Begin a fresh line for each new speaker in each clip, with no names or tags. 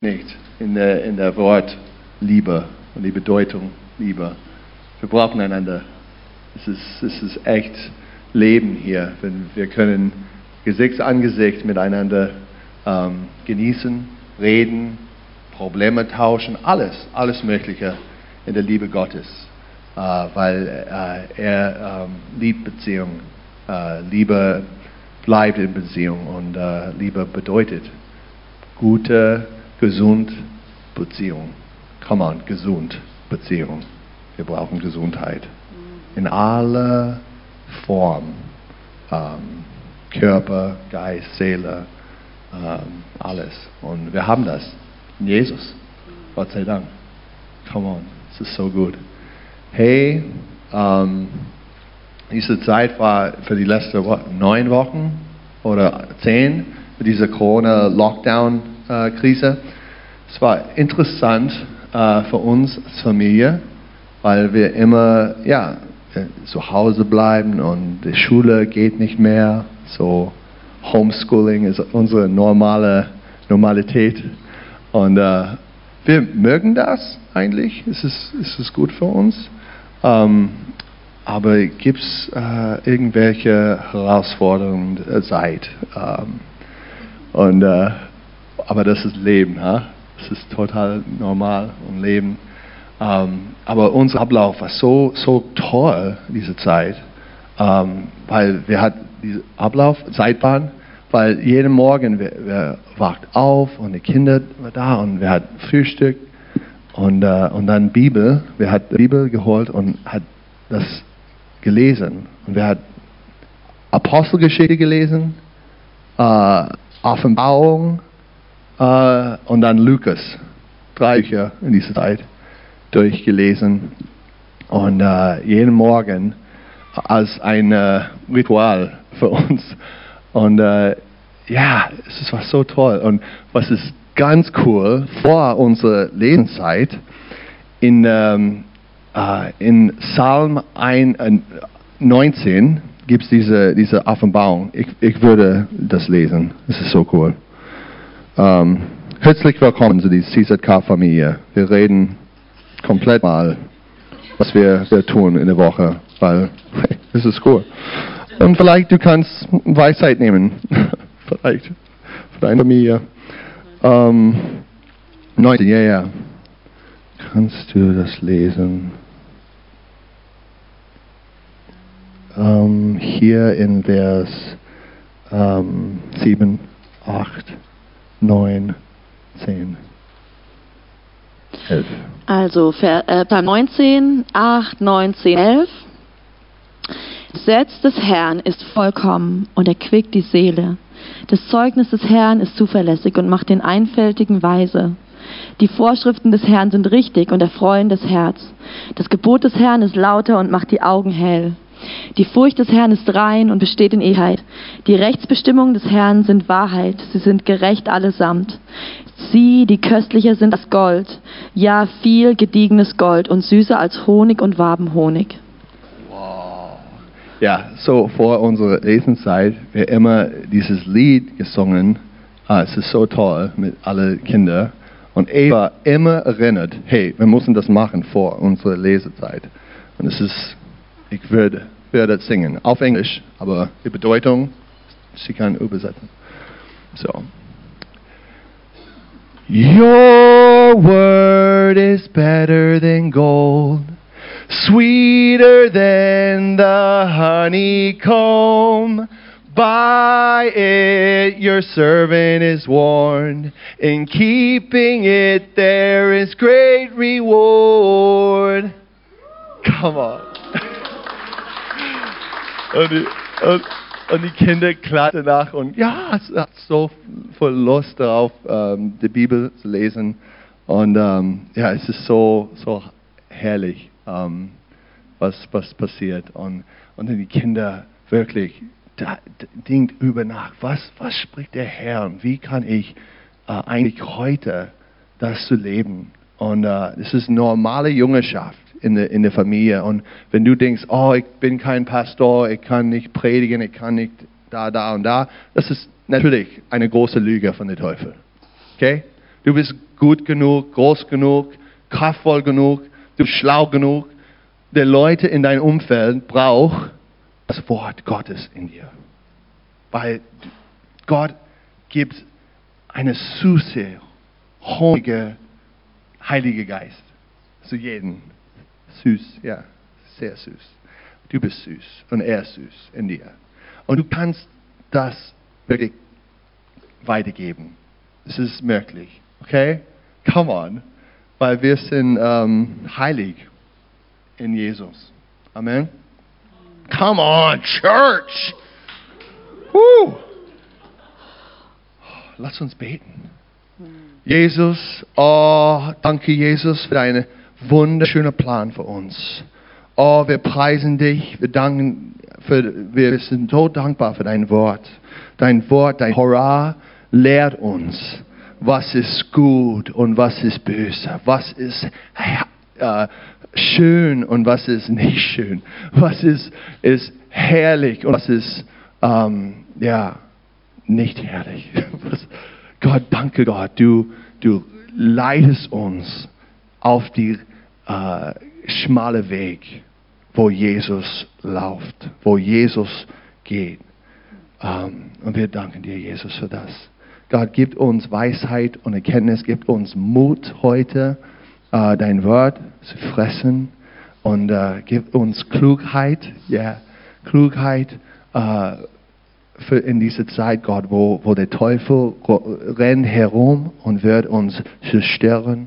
nicht in der, in der Wort Liebe und die Bedeutung Liebe. Wir brauchen einander. Es ist, es ist echt Leben hier. Wenn wir können Gesicht an Gesicht miteinander ähm, genießen, reden, Probleme tauschen, alles, alles Mögliche in der Liebe Gottes, äh, weil äh, er ähm, liebt Beziehung, äh, Liebe bleibt in Beziehung und äh, Liebe bedeutet gute, gesund Beziehung. Come on, gesund Beziehung. Wir brauchen Gesundheit. In aller Form. Ähm, Körper, Geist, Seele, ähm, alles. Und wir haben das. In Jesus. Gott sei Dank. Come on, es ist so gut. Hey, ähm, diese Zeit war für die letzten Wo neun Wochen oder zehn mit dieser Corona-Lockdown-Krise. Es war interessant äh, für uns als Familie, weil wir immer ja, äh, zu Hause bleiben und die Schule geht nicht mehr. So Homeschooling ist unsere normale Normalität. Und äh, wir mögen das eigentlich. Es ist, es ist gut für uns. Ähm, aber gibt es äh, irgendwelche Herausforderungen äh, seit? Ähm, und, äh, aber das ist Leben, ha? das ist total normal und Leben. Ähm, aber unser Ablauf war so, so toll, diese Zeit, ähm, weil wir hatten diesen Ablauf, Zeitplan, weil jeden Morgen, wir, wir wacht auf und die Kinder waren da und wir hatten Frühstück und, äh, und dann Bibel, wir hatten Bibel geholt und hat das gelesen und wir hatten Apostelgeschichte gelesen, äh, Offenbarung äh, und dann Lukas. Drei Bücher in dieser Zeit durchgelesen. Und äh, jeden Morgen als ein äh, Ritual für uns. Und äh, ja, es ist- war so toll. Und was ist ganz cool, vor unserer Lebenszeit in, ähm, äh, in Psalm 1, äh, 19 gibt es diese, diese Offenbarung. Ich, ich würde das lesen. Es ist so cool. Ähm, herzlich willkommen zu dieser CZK-Familie. Wir reden komplett mal, was wir, wir tun in der Woche, weil es ist cool. Und Ähm, vielleicht du kannst Weisheit nehmen, vielleicht für deine Familie. Ähm, 19, ja, ja. Kannst du das lesen? Ähm, hier in Vers ähm, 7, 8, 9, 10, 11.
Also Ver- äh, Psalm 19, 8, 9, 10, 11. Das Gesetz des Herrn ist vollkommen und erquickt die Seele. Das Zeugnis des Herrn ist zuverlässig und macht den Einfältigen weise. Die Vorschriften des Herrn sind richtig und erfreuen das Herz. Das Gebot des Herrn ist lauter und macht die Augen hell. Die Furcht des Herrn ist rein und besteht in Ewigkeit. Die Rechtsbestimmungen des Herrn sind Wahrheit, sie sind gerecht allesamt. Sie, die köstlicher sind als Gold, ja viel gediegenes Gold und süßer als Honig und Wabenhonig.
Ja, so vor unserer Lesenzeit, wir immer dieses Lied gesungen. Ah, es ist so toll mit allen Kindern. Und Eva immer erinnert, hey, wir müssen das machen vor unserer Lesezeit. Und es ist, ich würde, würde das singen, auf Englisch, aber die Bedeutung, sie kann übersetzen. So. Your word is better than gold, sweeter than the honeycomb. By it your servant is warned, in keeping it there is great reward. Come on. und, die, und, und die Kinder klatschen nach und ja, es hat so voll Lust darauf, ähm, die Bibel zu lesen. Und ähm, ja, es ist so, so herrlich, ähm, was, was passiert. Und, und die Kinder wirklich da, d- denkt über nach, was, was spricht der Herr und wie kann ich äh, eigentlich heute das zu leben. Und äh, es ist normale Jüngerschaft in der, in der Familie. Und wenn du denkst, oh, ich bin kein Pastor, ich kann nicht predigen, ich kann nicht da, da und da, das ist natürlich eine große Lüge von der Teufel. Okay? Du bist gut genug, groß genug, kraftvoll genug, du bist schlau genug. Die Leute in deinem Umfeld brauchen das Wort Gottes in dir. Weil Gott gibt eine süße, honige Heilige Geist zu jedem. Süß, ja, sehr süß. Du bist süß und er ist süß in dir. Und du kannst das wirklich weitergeben. Es ist möglich, okay? Come on, weil wir sind ähm, heilig in Jesus. Amen. Come on, Church! Woo! Lass uns beten. Jesus, oh, danke Jesus für deinen wunderschönen Plan für uns. Oh, wir preisen dich, wir danken, für, wir sind so dankbar für dein Wort. Dein Wort, dein Hurra lehrt uns, was ist gut und was ist böse, was ist äh, schön und was ist nicht schön, was ist, ist herrlich und was ist, ähm, ja, nicht herrlich. Was, Gott, danke Gott, du, du leitest uns auf die äh, schmale Weg, wo Jesus läuft, wo Jesus geht. Ähm, und wir danken dir, Jesus, für das. Gott, gib uns Weisheit und Erkenntnis, gib uns Mut heute, äh, dein Wort zu fressen und äh, gib uns Klugheit, ja, Klugheit äh, für in dieser Zeit, Gott, wo, wo der Teufel ro- rennt herum und wird uns zerstören.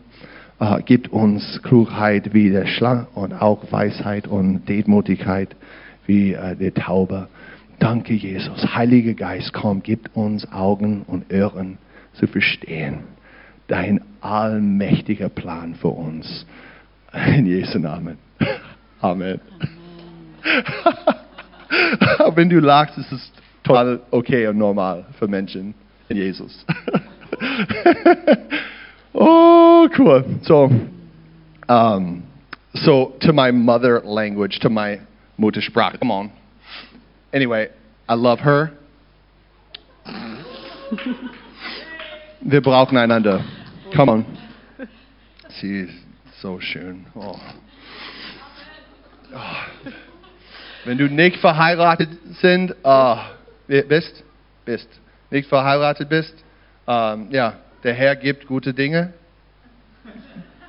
Äh, gibt uns Klugheit wie der Schlange und auch Weisheit und Demütigkeit wie äh, der Taube. Danke, Jesus. Heiliger Geist, komm, gib uns Augen und Ohren zu verstehen. Dein allmächtiger Plan für uns. In Jesu Namen. Amen. Wenn du lachst, ist es total okay und normal für Menschen in Jesus. oh, cool. So, um, so to my mother language, to my Muttersprache. Come on. Anyway, I love her. Wir brauchen einander. Come on. Sie ist so schön. Oh. Wenn du nicht verheiratet sind, ah, bist, bist, nicht verheiratet bist, ähm, ja, der Herr gibt gute Dinge.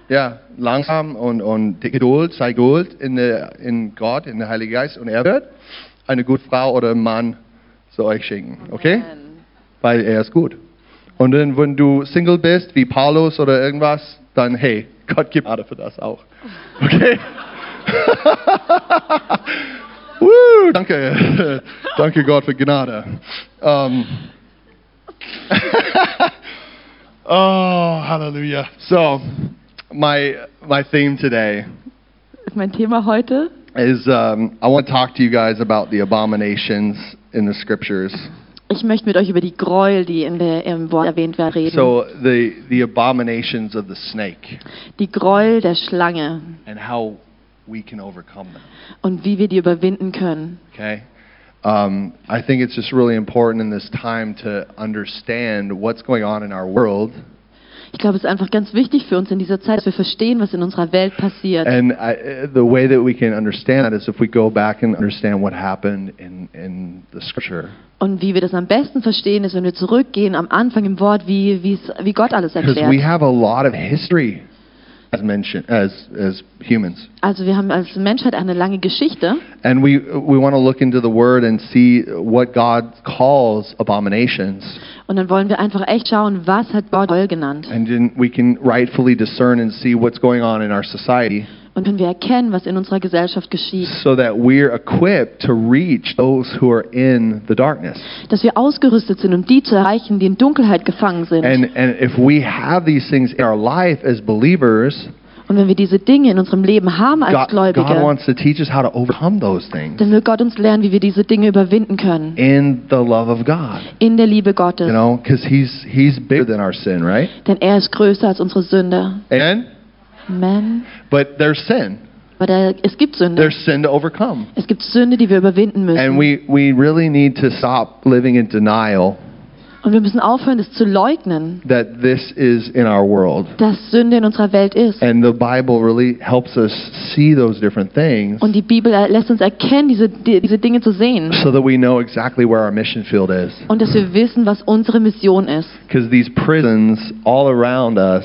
Ja, langsam und, und die Geduld, sei Geduld in, der, in Gott, in der Heilige Geist und er wird eine gute Frau oder Mann zu euch schicken, okay? Weil er ist gut. Und dann, wenn du Single bist, wie Paulus oder irgendwas, dann hey, Gott gibt Gnade für das auch, okay? Woo, danke. danke Gott für Gnade. Ähm. oh, hallelujah. So, my, my theme today
Ist mein Thema heute.
is um, I want to talk to you guys about the abominations in the scriptures.
Ich möchte mit euch über die Gräuel, die in der, im Wort erwähnt werden, reden.
So, the, the abominations of the snake
Die Gräuel der Schlange
and how we can overcome them.
und wie wir die überwinden können.
Okay? Um, I think it's just really important in this time to understand what's going on in our world.
Ich glaube, es ist einfach ganz wichtig für uns in dieser Zeit, dass wir verstehen, was in unserer Welt passiert.
And I, uh, the way that we can understand that is if we go back and understand what happened in, in the scripture.
Und wie wir das am besten verstehen, ist, wenn wir zurückgehen am Anfang im Wort, wie, wie, es, wie Gott alles
Because we
erklärt.
have a lot of history as mentioned as as humans.
Also wir haben als Menschheit eine lange Geschichte
And we we want to look into the word and see what God calls abominations.
und dann wollen wir einfach echt schauen, was hat Gott Gräuel genannt.
And then we can rightfully discern and see what's going on in our society.
Und können wir erkennen, was in unserer Gesellschaft geschieht.
so that we're equipped to reach those who are in the darkness.
Dass wir ausgerüstet sind, um die zu erreichen, die in Dunkelheit gefangen sind.
And and if we have these things in our life as believers,
Und wenn wir diese Dinge in unserem Leben haben als
God, God
Gläubige,
wants to teach us how to overcome those things
dann will Gott uns lernen, wie wir diese Dinge überwinden können.
in the love of God.
In der Liebe
You
Gottes.
know, because He's He's bigger than our sin, right?
Denn er ist größer als unsere Sünde.
Amen.
Amen.
But there's sin.
Aber da, es gibt Sünde.
There's sin to overcome.
Es gibt Sünde, die wir überwinden müssen.
And we, we really need to stop living in denial
Und wir müssen aufhören, es zu leugnen,
that this is in our world.
dass Sünde in unserer Welt ist.
And the Bible really helps us see those different things
Und die Bibel äh, lässt uns erkennen, diese, die, diese Dinge zu sehen.
so that we know exactly where our mission field is.
Und dass wir wissen, was unsere Mission ist.
Because these prisons all around us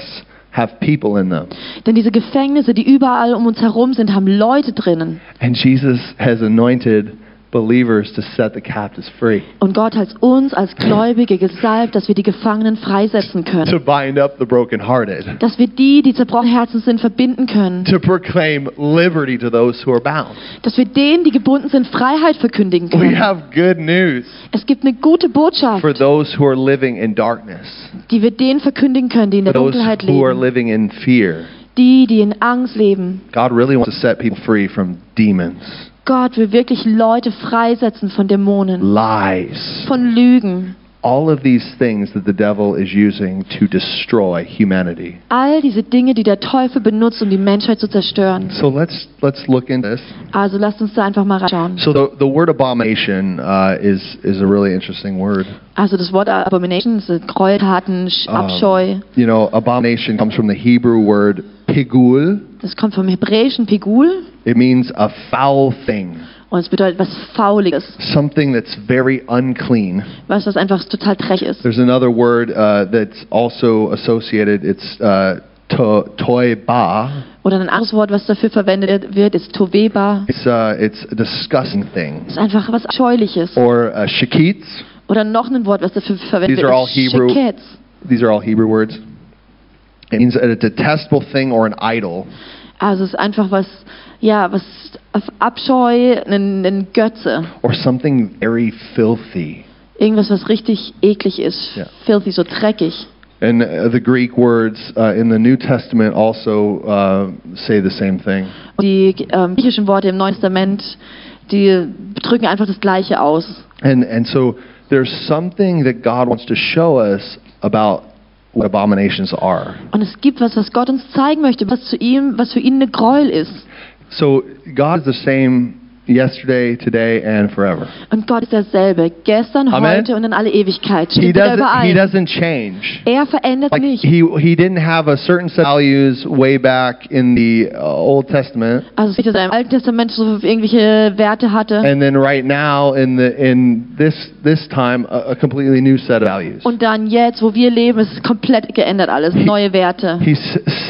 have people in them.
Denn diese Gefängnisse, die überall um uns herum sind, haben Leute drinnen.
And Jesus has anointed believers to set the captives free,
Und Gott hat uns als Gläubige gesalbt, dass wir die Gefangenen freisetzen können.
to bind up the brokenhearted,
Dass wir die, die zerbrochenen Herzen sind, verbinden können.
to proclaim liberty to those who are bound.
Dass wir denen, die gebunden sind, Freiheit verkündigen
We
können.
have good news
Es gibt eine gute Botschaft,
for those who are living in darkness,
die wir denen verkündigen können, die in
for
der
those
Dunkelheit
who are
leben.
living in fear.
Die, die in Angst leben.
God really wants to set people free from demons,
Gott will wirklich Leute freisetzen von Dämonen,
lies,
von Lügen.
all of these things that the devil is using to destroy humanity.
All diese Dinge, die der Teufel benutzt, um die Menschheit zu zerstören.
So let's let's look into this.
Also lasst uns da einfach mal reinschauen.
So the, the word abomination uh, is is a really interesting word.
Also das Wort Abomination sind Gräueltaten, Sch-
Um,
Abscheu.
You know, abomination comes from the Hebrew word pigul.
Das kommt vom hebräischen Pigul
It means a foul thing,
und es bedeutet was Fauliges,
something that's very unclean.
was was einfach total dreck ist.
There's another word uh, that's also associated. It's uh, to, toiba.
Oder ein anderes Wort, was dafür verwendet wird, ist Toveba.
It's uh, it's a disgusting thing.
Das ist einfach was Scheuliches.
Or uh, shikitz.
Oder noch ein Wort, was dafür verwendet
These are all
wird, ist
Hebrew-
Sheketz.
These are all Hebrew words. It means a detestable thing or an idol.
Also es ist einfach was, ja, was Abscheu, ein, ein Götze.
or something very filthy.
Irgendwas, was richtig eklig ist,
Ja.
filthy, so dreckig.
And uh, the Greek words uh, in the New Testament also uh, say the same thing.
Und die ähm, griechischen Worte im Neuen Testament, die drücken einfach das Gleiche aus.
And, and so there's something that God wants to show us about what abominations are.
Und es gibt was, was Gott uns zeigen möchte, was, zu ihm, was für ihn eine Gräuel ist.
So God is the same yesterday, today, and forever.
Und Gott ist derselbe, gestern,
Amen.
heute und in alle Ewigkeit.
He
Steht wieder
doesn't, he
überein.
doesn't change.
Er verändert
Like
nicht.
he, he didn't have a certain set of values way back in the uh, Old Testament.
Also es ist nicht, dass er im Alten Testament so irgendwelche Werte hatte
and then right now in the in this this time a, a completely new set of values.
und dann jetzt, wo wir leben, ist es komplett geändert alles. Neue Werte.
He's,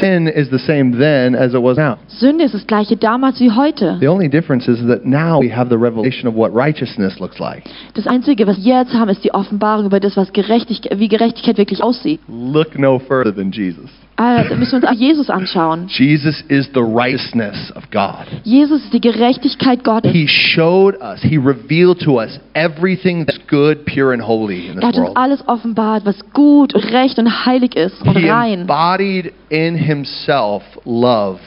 sin is the same then as it was now.
Sünde ist das gleiche damals wie heute.
The only difference is that now we have the revelation of what righteousness looks like.
Das Einzige, was wir jetzt haben, ist die Offenbarung über das, was Gerechtig wie Gerechtigkeit wirklich aussieht.
Look no further than Jesus.
Ah, da müssen wir uns auch Jesus anschauen.
Jesus is the righteousness of God.
Jesus ist die Gerechtigkeit Gottes.
He showed us, he revealed to us everything that's good, pure and holy in this
Er hat uns
world.
alles offenbart, was gut und recht und heilig ist und
He
rein.
embodied in himself love,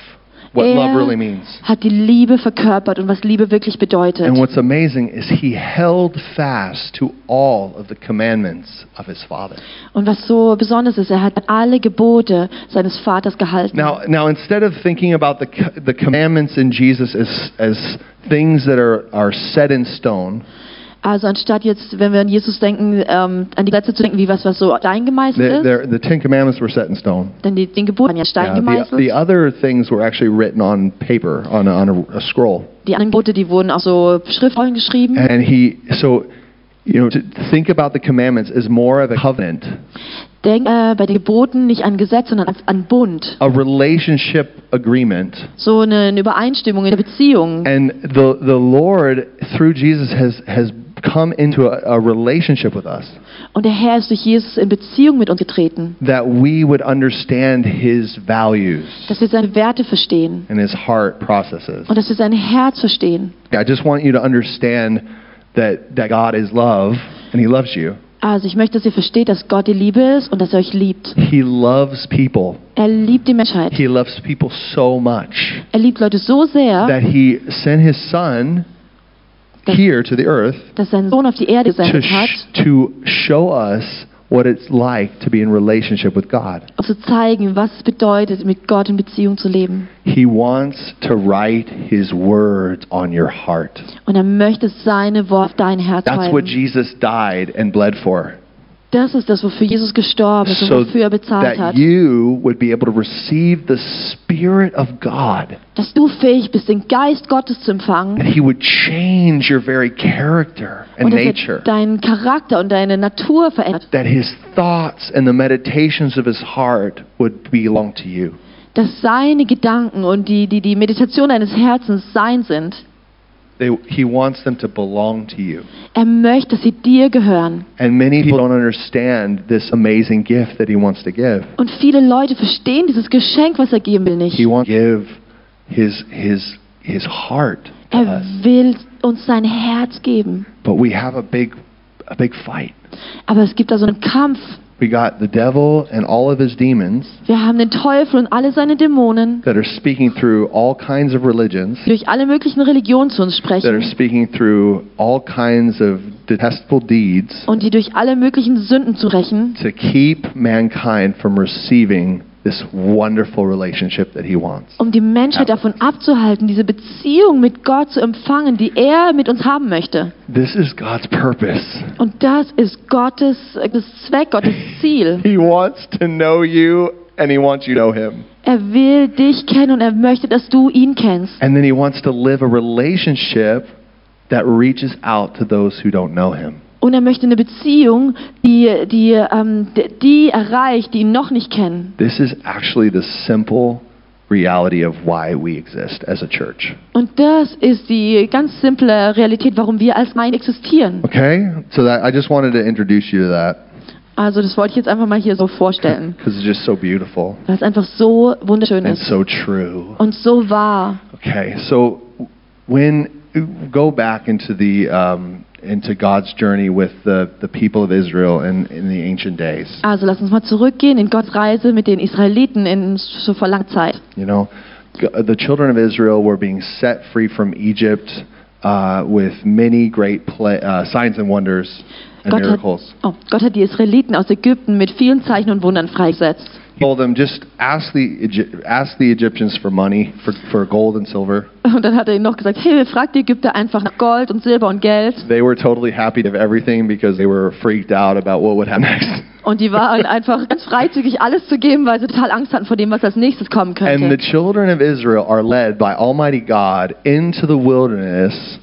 what
Er
love really means.
hat die Liebe verkörpert und was Liebe wirklich bedeutet.
And what's amazing is he held fast to all of the commandments of his father.
Und was so besonders ist, er hat alle Gebote seines Vaters gehalten.
Now, now instead of thinking about the, co- the commandments in Jesus as, as things that are, are set in stone,
Also anstatt jetzt, wenn wir an Jesus denken, ähm, an die Gesetze zu denken, wie was, was so
the,
Stein gemeißelt ist,
the, the Ten Commandments were set in stone.
denn die, den Geboten waren ja Stein
Yeah, the,
gemeißelt.
the other things were actually written on paper, on a, on a, a scroll.
die anderen Gebote, die wurden auch so Schriftrollen geschrieben.
And he, so, you know, to think about the commandments is more of a covenant,
Denk äh, bei den Geboten nicht an Gesetz, sondern an, an Bund.
a relationship agreement.
So eine, eine Übereinstimmung in der Beziehung.
And the, the Lord, through Jesus, has, has come into a, a relationship with us
Und der Herr ist durch Jesus in Beziehung mit uns getreten,
that we would understand his values
dass wir seine Werte verstehen
and his heart processes.
und dass wir sein Herz verstehen.
I just want you to understand that, that God is love and he loves you.
Also ich möchte, dass ihr versteht, dass Gott die Liebe ist und dass er euch liebt.
He loves people.
Er liebt die Menschheit.
He loves people so much
Er liebt Leute so sehr,
that he sent his son here to the earth
dass sein Sohn auf die Erde
to,
gesendet hat,
sh- to show us what it's like to be in relationship with God.
um zu zeigen, was es bedeutet, mit Gott in Beziehung zu leben.
He wants to write his words on your heart.
Und er möchte seine Worte auf dein Herz
That's what
schreiben.
Jesus died and bled for.
Das ist das, wofür Jesus gestorben ist und
so
wofür er bezahlt
that
hat.
you would be able to receive the Spirit of God.
Dass du fähig bist, den Geist Gottes zu empfangen
And He would change your very character and
und dass
nature.
er deinen Charakter und deine Natur verändert.
That His thoughts and the meditations of His heart would belong to you.
Dass seine Gedanken und die, die, die Meditation deines Herzens sein sind.
They, he wants them to belong to you.
Er möchte, dass sie dir gehören.
And many people don't understand this amazing gift that He wants to give.
Und viele Leute verstehen dieses Geschenk, was er geben will, nicht.
He wants to give His, his, his heart to
Er
us.
will uns sein Herz geben.
But we have a big, a big fight.
Aber es gibt da so einen Kampf.
We got the devil and all of his demons
Wir haben den Teufel und alle seine Dämonen,
that are speaking through all kinds of religions,
die durch alle möglichen Religionen zu uns
that are
sprechen
speaking through all kinds of detestable deeds
und die durch alle möglichen Sünden zu rächen,
to keep mankind from receiving this wonderful relationship that he wants.
um die Menschheit davon abzuhalten, diese Beziehung mit Gott zu empfangen, die er mit uns haben möchte.
This is God's purpose.
Und das ist Gottes das Zweck, Gottes Ziel.
He wants to know you and he wants you to know him.
Er will dich kennen und er möchte, dass du ihn kennst.
And then he wants to live a relationship that reaches out to those who don't know him.
Und er möchte eine Beziehung, die, die, ähm, d- die erreicht, die ihn noch nicht kennen.
This is actually the simple reality of why we exist as a church.
Und das ist die ganz simple Realität, warum wir als Mind existieren.
Okay? So that I just wanted to introduce you to that
Also das wollte ich jetzt einfach mal hier so vorstellen,
because it's just so beautiful
weil es einfach so wunderschön
and
ist
so true.
und so wahr.
Okay. So when go back into the um, into God's journey with the, the people of Israel in, in the ancient days.
Also lass uns mal zurückgehen in Gottes Reise mit den Israeliten in so vor langer Zeit.
You know, G- the children of Israel were being set free from Egypt uh, with many great pla- uh, signs and wonders and
Gott hat,
miracles.
oh, Gott hat die Israeliten aus Ägypten mit vielen Zeichen und Wundern freigesetzt.
He told them, just ask the, Egy- ask the Egyptians for money, for, for gold and silver.
Und dann hat er ihnen noch gesagt, hey, fragt die Ägypter einfach nach Gold und Silber und Geld.
They were totally happy to have everything because they were freaked out about what would happen next.
Und die waren einfach ganz freizügig, alles zu geben, weil sie total Angst hatten vor dem, was als nächstes kommen
And the
könnte.
children of Israel are led by Almighty God into the wilderness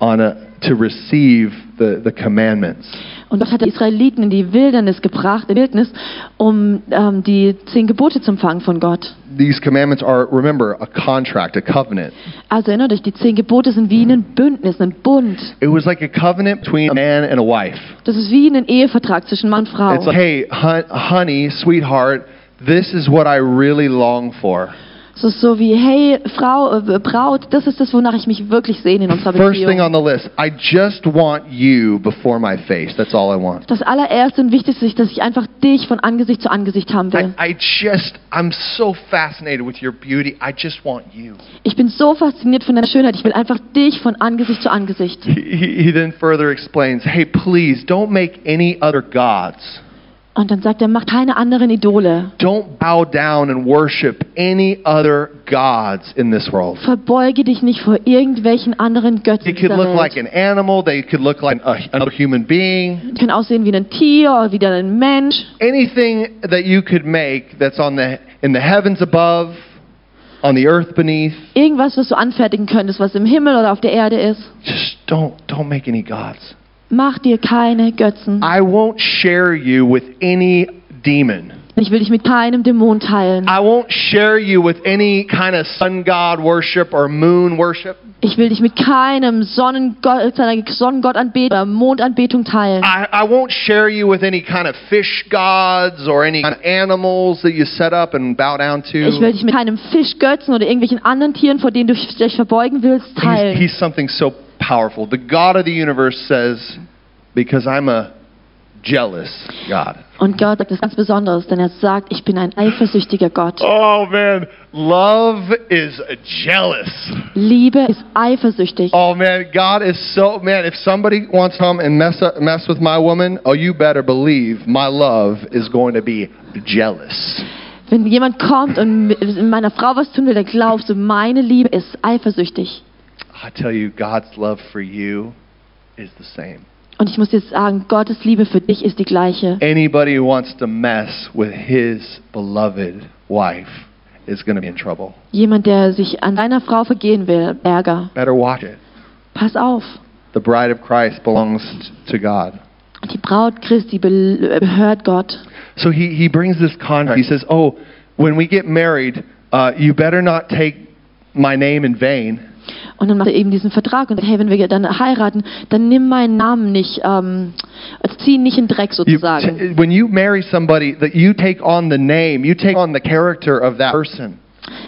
on a, to receive the, the commandments.
Und Gott hat die Israeliten in die Wildernis gebracht, in die Wildnis, um ähm, die zehn Gebote zu empfangen von Gott.
These commandments are, remember, a contract, a covenant.
Also erinnert euch, die zehn Gebote sind wie ein Bündnis, ein Bund.
It was like a covenant between a man and a wife.
Das ist wie ein Ehevertrag zwischen Mann und Frau.
It's like, hey, hon- honey, sweetheart, this is what I really long for.
Es ist so wie, hey, Frau, äh, Braut, das ist das, wonach ich mich wirklich sehne in unserer
First thing
Beziehung.
on the list, I just want you before my face. That's all I want.
Das allererste und wichtigste ist, dass ich einfach dich von Angesicht zu Angesicht haben will.
I, I just, I'm so fascinated with your beauty. I just want you.
Ich bin so fasziniert von deiner Schönheit. Ich will einfach dich von Angesicht zu Angesicht.
He, he- he then further explains, hey, please don't make any other gods.
Und dann sagt er, mach keine anderen Idole.
Don't bow down and worship any other gods in this world.
Verbeuge dich nicht vor irgendwelchen anderen Götzen
They could
dieser
look like
Welt.
an animal. They could look like a, another human being.
Die können aussehen wie ein Tier oder wie ein Mensch.
Anything that you could make that's on the in the heavens above, on the earth beneath.
Irgendwas, was du anfertigen könntest, was im Himmel oder auf der Erde ist.
just don't don't make any gods.
Mach dir keine Götzen.
I won't share you with any demon.
Ich will dich mit keinem Dämon teilen.
I won't share you with any kind of sun god worship or moon worship.
Ich will dich mit keinem Sonnengott, seiner Sonnengottanbetung oder Mondanbetung teilen.
I, I won't share you with any kind of fish gods or any kind of animals that you set up and bow down
Ich will
to.
dich mit keinem Fischgötzen oder irgendwelchen anderen Tieren, vor denen du dich verbeugen willst, teilen.
He's, he's something so powerful. The God of the universe says, because I'm a jealous God.
Und Gott sagt das ganz Besonderes, denn er sagt, ich bin ein eifersüchtiger Gott.
Oh man, love is jealous.
Liebe ist eifersüchtig.
Oh man, God is so man. If somebody wants to come and mess up, mess with my woman, oh, you better believe my love is going to be jealous.
Wenn jemand kommt und mit meiner Frau was tun will, dann glaubst du, meine Liebe ist eifersüchtig.
I tell you, God's love for you is the same.
Und ich muss dir sagen, Gottes Liebe für dich ist die gleiche.
Anybody who wants to mess with his beloved wife is going to be in trouble.
Jemand, der sich an deiner Frau vergehen will, Ärger.
Better watch it.
Pass auf.
The bride of Christ belongs t- to God.
Die Braut Christi bel- behört Gott.
So he, he brings this contract. He says, Oh, when we get married, uh, you better not take my name in vain.
Und dann macht er eben diesen Vertrag und sagt, hey, wenn wir dann heiraten, dann nimm meinen Namen nicht, ähm, also zieh ihn nicht in den Dreck
You
sozusagen.
t- when you marry somebody, that you take on the name, you take on the character of that person.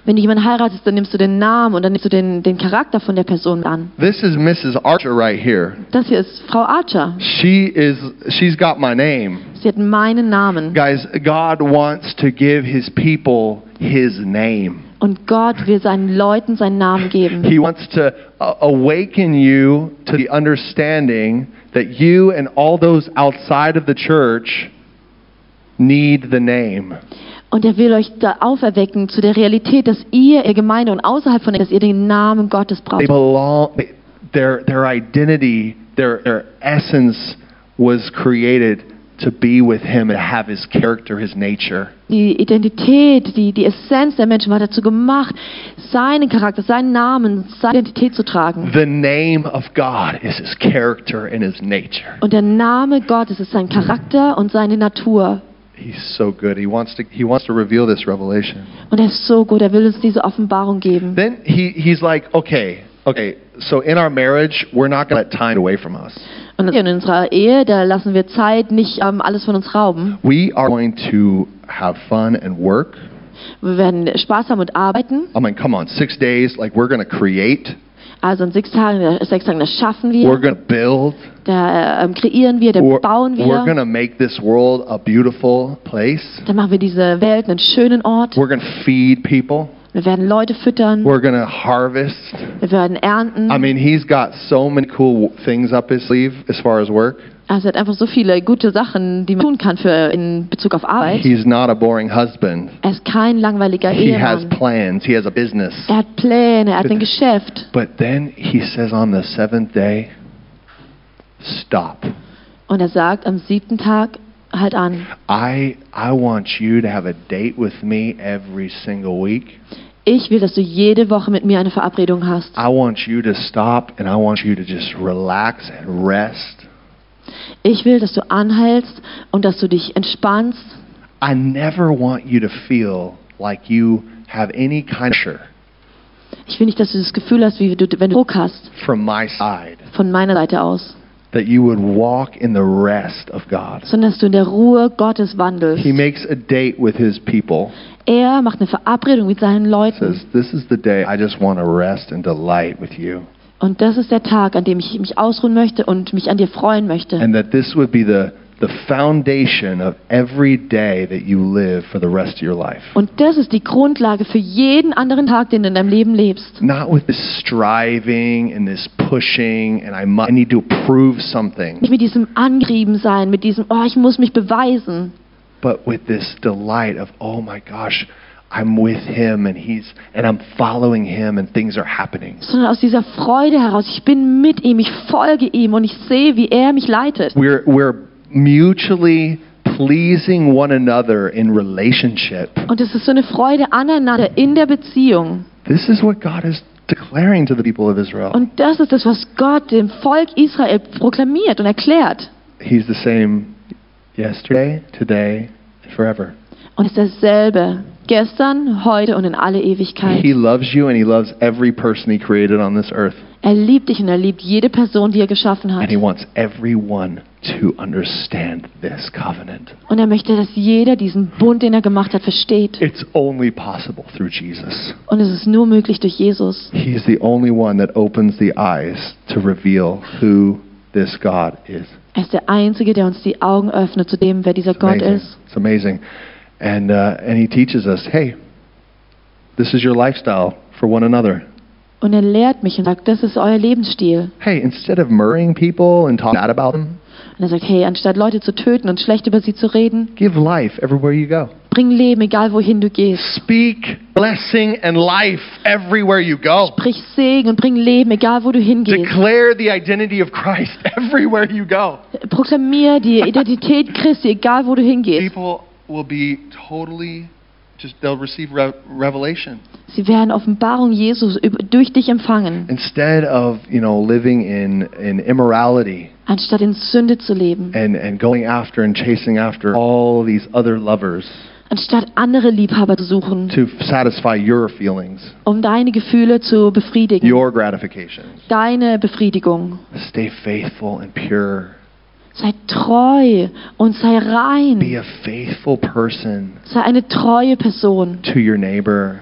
Wenn du jemanden heiratest, dann nimmst du den Namen und dann nimmst du den, den Charakter von der Person an.
This is Mrs. Archer right here.
Das hier ist Frau Archer.
She is she's got my name.
Sie hat meinen Namen.
Guys, God wants to give his people his name.
Und Gott will seinen Leuten seinen Namen geben.
He wants to uh, awaken you to the understanding that you and all those outside of the church need the name.
Und er will euch da auferwecken zu der Realität, dass ihr, ihr Gemeinde und außerhalb von, dass ihr den Namen Gottes
They
braucht.
belong they- their their identity, their their essence was created to be with him and have his character, his nature.
Die Identität, die, die Essenz der Menschen war dazu gemacht, seinen Charakter, seinen Namen, seine Identität zu tragen.
The name of God is his character and his nature.
Und der Name Gottes ist sein Charakter und seine Natur.
He's so good. He wants to he wants to reveal this revelation.
Und er ist so gut, er will uns diese Offenbarung geben.
Then he he's like, okay, okay, so in our marriage, we're not going to let time away from us.
Und in unserer Ehe, da lassen wir Zeit nicht ähm, alles von uns rauben.
We are going to have fun and work.
Wir werden Spaß haben und arbeiten.
I mean, come on, 6 days like we're going to create,
Also in sechs Tagen, sechs Tagen, das schaffen wir.
we're going to build,
Da ähm, kreieren wir, da
we're,
bauen
we're going
wir.
to make this world a beautiful place.
Dann machen wir diese Welt einen schönen Ort.
We're going to feed people.
Wir werden Leute füttern.
We're going to harvest.
Wir werden ernten.
I mean, he's got so many cool w- things up his sleeve as far as work.
Also er hat einfach so viele gute Sachen, die man tun kann für in Bezug auf Arbeit.
He's not a boring husband.
Er ist kein langweiliger
He has
Ehemann.
plans, he has a business.
Er hat Pläne, er hat ein Geschäft.
But then he says on the seventh day, stop.
Und er sagt am siebten Tag, halt an.
I, I want you to have a date with me every single week.
Ich will, dass du jede Woche mit mir eine Verabredung hast.
I want you to stop and I want you to just relax and rest.
Ich will, dass du anhältst und dass du dich entspannst.
I never want you to feel like you have any kind of pressure
Ich will nicht, dass du das Gefühl hast, wie du, wenn du Druck hast,
from my side
von meiner Seite aus,
that you would walk in the rest of God.
sondern dass du in der Ruhe Gottes wandelst.
He makes a date with his people.
Er macht eine Verabredung mit seinen Leuten.
Says, "This is the day I just want to rest and delight with you."
Und das ist der Tag, an dem ich mich ausruhen möchte und mich an dir freuen möchte.
and that this would be the, the foundation of every day that you live for the rest of your life.
Und das ist die Grundlage für jeden anderen Tag, den du in deinem Leben lebst.
Not with this striving and this pushing, and I, mu- I need to prove something,
Nicht mit diesem Angetrieben sein, mit diesem, oh, ich muss mich beweisen,
but with this delight of, oh my gosh, I'm with him and he's and I'm following him and things are happening.
sondern aus dieser Freude heraus, ich bin mit ihm, ich folge ihm und ich sehe, wie er mich leitet.
We're we're mutually pleasing one another in relationship.
Und es ist so eine Freude aneinander in der Beziehung.
This is what God is declaring to the people of Israel.
Und das ist das, was Gott dem Volk Israel proklamiert und erklärt.
He's the same yesterday, today, and forever.
Und es ist dasselbe. Gestern, heute und in alle
He
Ewigkeit.
loves you and he loves every person he created on this earth.
Er liebt dich und er liebt jede Person, die er geschaffen hat.
And he wants everyone to understand this covenant.
Und er möchte, dass jeder diesen Bund, den er gemacht hat, versteht.
It's only possible through Jesus.
Und es ist nur möglich durch Jesus.
He's the only one that opens the eyes to reveal who this God is.
Er ist der Einzige, der uns die Augen öffnet zu dem, wer dieser Gott
Amazing.
ist.
It's amazing. And, uh, and he teaches us hey, this is your lifestyle for one another.
Und er lehrt mich und sagt, das ist euer Lebensstil.
Hey, instead of murdering people and talking bad about them,
Und er sagt, hey, anstatt Leute zu töten und schlecht über sie zu reden,
Give life everywhere you go.
Bring Leben, egal wohin du gehst.
Speak blessing and life everywhere you go.
Sprich Segen und bring Leben, egal wo du hingehst.
Declare the identity of Christ everywhere you go.
Proklamier die Identität Christi, egal wo du hingehst.
People will be totally just they'll receive re- revelation
Sie werden Offenbarung Jesus über- durch dich empfangen,
instead of, you know, living in in immorality
anstatt in Sünde zu leben,
and and going after and chasing after all these other lovers
anstatt andere Liebhaber zu suchen,
to satisfy your feelings,
um deine Gefühle zu befriedigen,
your gratifications.
deine Befriedigung.
Stay faithful and pure.
Sei treu und sei
Be
rein.
a faithful person
Sei eine treue Person.
to your neighbor,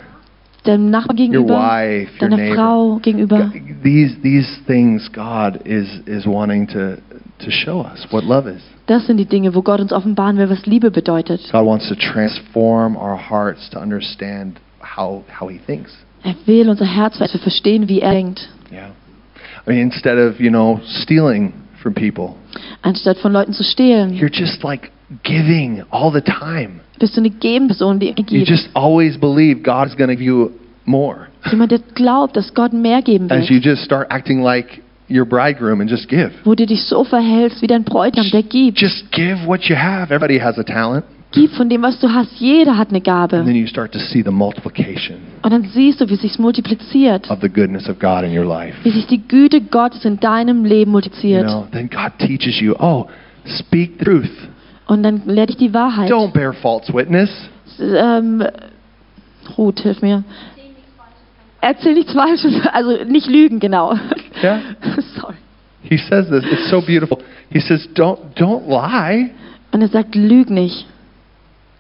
Deinem Nachbarn
your
gegenüber,
wife, your
deiner
neighbor.
Frau gegenüber.
God- These these things God is is wanting to to show us what love is.
Das sind die Dinge, wo Gott uns offenbaren will, was Liebe bedeutet.
God wants to transform our hearts to understand how how He thinks.
Er will unser Herz, dass wir verstehen, wie er denkt.
Yeah, I mean, instead of you know stealing from people,
Anstatt von Leuten zu stehlen,
you're just like giving all the time.
bist du eine gebende Person, die
You
gibt.
just always believe God's going to give you more,
Jemand, der glaubt, dass Gott mehr geben
as you
will.
just start acting like your bridegroom and just give.
Wo du dich so verhältst wie dein Bräutigam, der gibt.
Just give what you have. Everybody has a talent.
Gib von dem, was du hast. Jeder hat eine
And then
Gabe.
you start to see the multiplication
Und dann siehst du, wie sich's multipliziert.
of the goodness of God in your life.
Wie sich die Güte Gottes in deinem Leben
You
multipliziert.
know, then God teaches you, oh, speak the truth.
Und dann lehre dich die Wahrheit.
Don't bear false witness.
Ähm, Ruth, hilf mir. Erzähl nichts Falsches, also nicht lügen, genau.
Ja.
Sorry.
He says this. It's so beautiful. He says, don't don't lie.
Und er sagt, lüg nicht.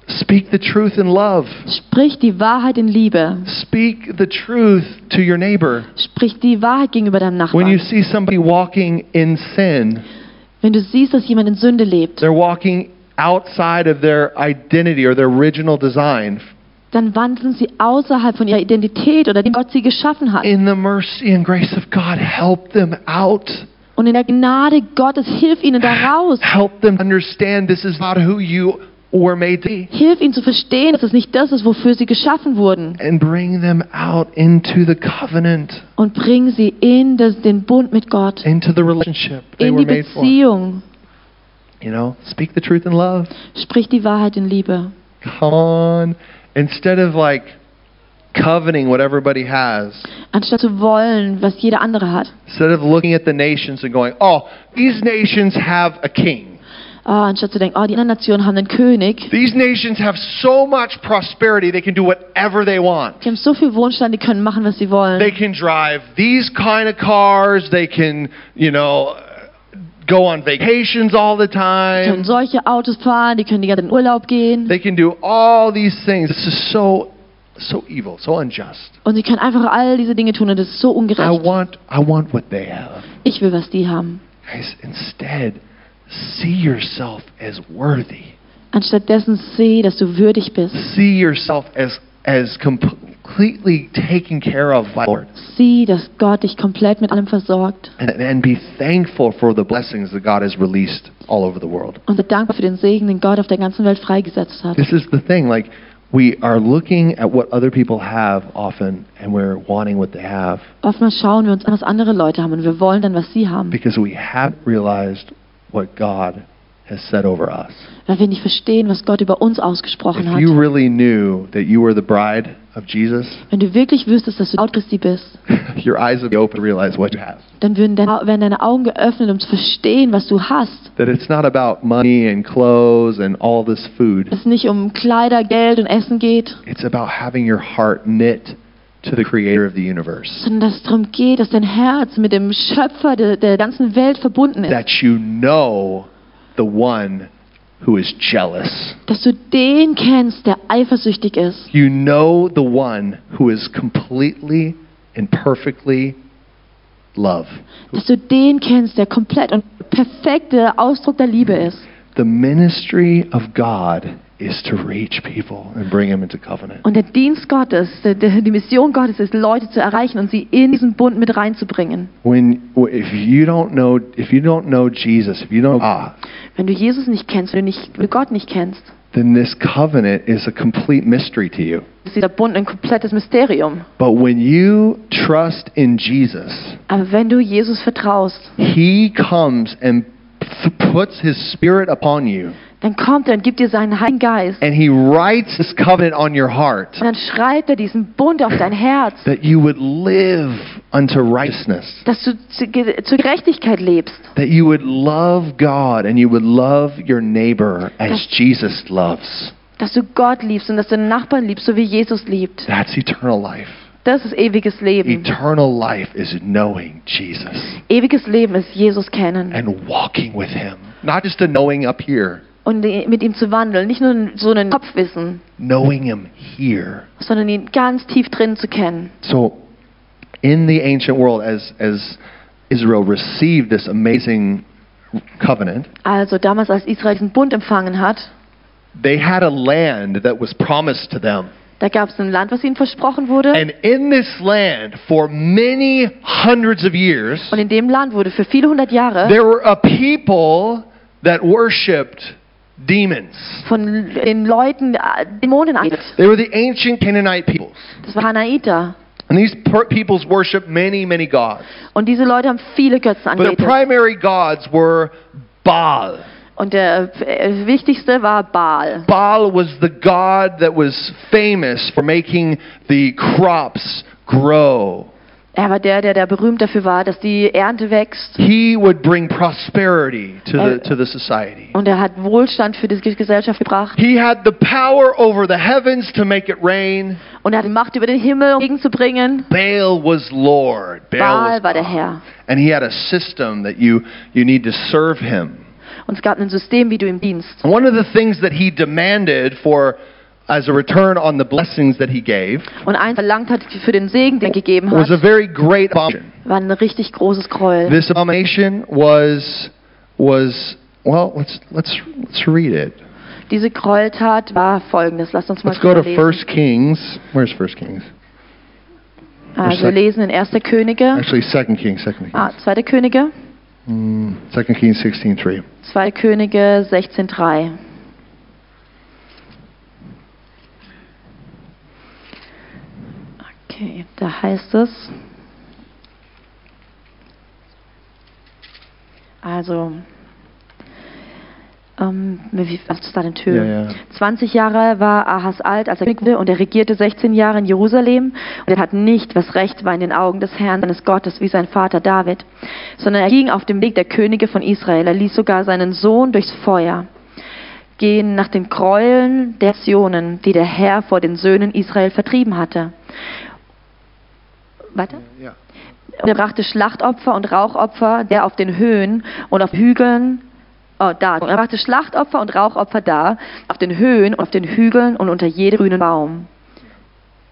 Speak the truth in love.
Sprich die Wahrheit in Liebe.
Speak the truth to your neighbor.
Sprich die Wahrheit gegenüber deinem
When you
Nachbarn.
see somebody walking in sin,
Wenn du siehst, dass jemand in Sünde lebt,
they're walking outside of their identity or their original design
dann wandeln sie außerhalb von ihrer Identität oder dem Gott sie geschaffen hat.
in the mercy and grace of God, help them out.
Und in der Gnade Gottes hilf ihnen da raus.
Help them understand this is not who you were made to be.
Hilf ihnen zu verstehen, dass es nicht das ist, wofür sie geschaffen wurden.
And bring them out into the covenant,
Und bring sie in das, den Bund mit Gott,
into the relationship they
in
were
die
made for.
Beziehung.
You know, speak the truth in love.
Sprich die Wahrheit in Liebe.
Come on. Instead of like coveting what everybody has,
Anstatt zu wollen, was jeder andere hat.
instead of looking at the nations and going, oh, these nations have a king.
Ah, anstatt zu denken, oh, die anderen Nationen haben einen König.
These nations have so much prosperity, they can do whatever they want.
Die haben so viel Wohlstand, die können machen, was sie
They
wollen.
can drive these kind of cars. They can, you know, uh, go on vacations all the
Die
time.
können solche Autos fahren, die können die ganze Zeit in Urlaub gehen.
They can do all these things. This is so, so evil, so unjust.
Und sie können einfach all diese Dinge tun und das ist so
I
ungerecht.
want, I want what they have.
Ich will, was die haben.
Guys, instead, see yourself as worthy.
Anstattdessen sehe, dass du würdig bist.
See yourself as as completely taken care of by the Lord,
Sieh, dass Gott dich komplett mit allem versorgt.
and, and be thankful for the blessings that God has released all over the world.
Und sei dankbar für den Segen, den Gott auf der ganzen Welt freigesetzt hat.
This is the thing, like we are looking at what other people have often, and we're wanting what they have
Oftmals schauen wir uns an, was andere Leute haben und wir wollen dann, was sie haben.
because we haven't realized what God has said over us.
Weil wir nicht verstehen, was Gott über uns ausgesprochen
If
hat.
you really knew that you were the bride of Jesus,
Wenn du wirklich wüsstest, dass du Laut Christi bist,
your eyes would be open to realize what you have.
dann würden deine, werden deine Augen geöffnet, um zu verstehen, was du hast.
that it's not about money and clothes and all this food.
Es nicht um Kleider, Geld und Essen geht,
It's about having your heart knit to the creator of the universe.
sondern dass es darum geht, dass dein Herz mit dem Schöpfer der, der ganzen Welt verbunden ist.
That you know the one who is jealous.
Dass du den kennst, der eifersüchtig ist.
You know the one who is completely and perfectly love.
Dass du den kennst, der komplett und perfekte Ausdruck der Liebe ist.
The ministry of God is to reach people and bring them into covenant.
Und der Dienst Gottes, der, der, die Mission Gottes ist, Leute zu erreichen und sie in diesen Bund mit reinzubringen.
When if you don't know if you don't know Jesus, if you don't ah,
Wenn du Jesus nicht kennst, wenn du, nicht, wenn du Gott nicht kennst,
then this covenant is a complete mystery to you.
ist dieser Bund ein komplettes Mysterium.
But when you trust in Jesus,
Aber wenn du Jesus vertraust,
He comes and p- puts His Spirit upon you,
dann kommt er und gibt dir seinen Heiligen Geist.
and He writes this covenant on your heart
Und dann schreibt er diesen Bund auf dein Herz,
that you would live unto righteousness,
dass du zu- ge- zur Gerechtigkeit lebst,
that you would love God and you would love your neighbor as Jesus loves.
dass du Gott liebst und dass du den Nachbarn liebst, so wie Jesus liebt.
That's eternal life.
Das ist ewiges Leben.
Eternal life is knowing Jesus
Ewiges Leben ist Jesus kennen
and walking with Him, not just a knowing up here,
und mit ihm zu wandeln. Nicht nur so ein Kopfwissen,
knowing Him here.
sondern ihn ganz tief drin zu kennen.
So, in the ancient world, as, as Israel received this amazing covenant,
Also damals, als Israel diesen Bund empfangen hat,
they had a land that was promised to them.
da gab es ein Land, was ihnen versprochen wurde.
And in this land, for many hundreds of years,
Und in dem Land wurde für viele hundert Jahre
there were a people that worshipped demons.
von den Leuten äh, Dämonen angeht.
They were the ancient Canaanite peoples.
Das war Hanaiter.
And these per- peoples worshipped many, many gods.
Und diese Leute haben viele Götzen
But their
angebetet.
primary gods were Baal.
Und der äh, wichtigste war Baal.
Baal was the god that was famous for making the crops grow.
Er war der, der, der berühmt dafür war, dass die Ernte wächst.
He would bring prosperity to the, to the society.
Und er hat Wohlstand für die Gesellschaft gebracht.
He had the power over the heavens to make it rain.
Und er hat die Macht über den Himmel, um Regen zu bringen.
Baal was Lord. Baal
Baal war
was
der Herr.
and he had a system that you, you need to serve him.
Und es gab ein System, wie du ihm dienst.
One of the things that he demanded for as a return on the blessings that he gave
Und eins verlangt hat für den Segen, den er gegeben
was
hat,
a very great option.
war ein richtig großes Gräuel.
This abomination was was well. Let's let's let's read it.
Diese Gräueltat war folgendes. Lasst uns mal
Let's go to
drüber lesen.
First Kings. Where's First Kings?
Also wir lesen in 1. Könige,
Actually, Second Kings. Second
ah,
Kings.
2. Könige,
Mm, Second Kings sixteen three.
2. Könige 16,3. Okay, da heißt es. Also, ähm, wie, was ist da denn Tür?
Ja, ja.
20 Jahre war Ahas alt, als er König wurde, und er regierte 16 Jahre in Jerusalem. Und er tat nicht, was recht war in den Augen des Herrn, seines Gottes, wie sein Vater David, sondern er ging auf dem Weg der Könige von Israel. Er ließ sogar seinen Sohn durchs Feuer gehen nach den Gräueln der Nationen, die der Herr vor den Söhnen Israel vertrieben hatte. Weiter?
Yeah.
Und er brachte Schlachtopfer und Rauchopfer, der auf den Höhen und auf Hügeln oh, da. Und er brachte Schlachtopfer und Rauchopfer da, auf den Höhen und auf den Hügeln und unter jedem grünen Baum.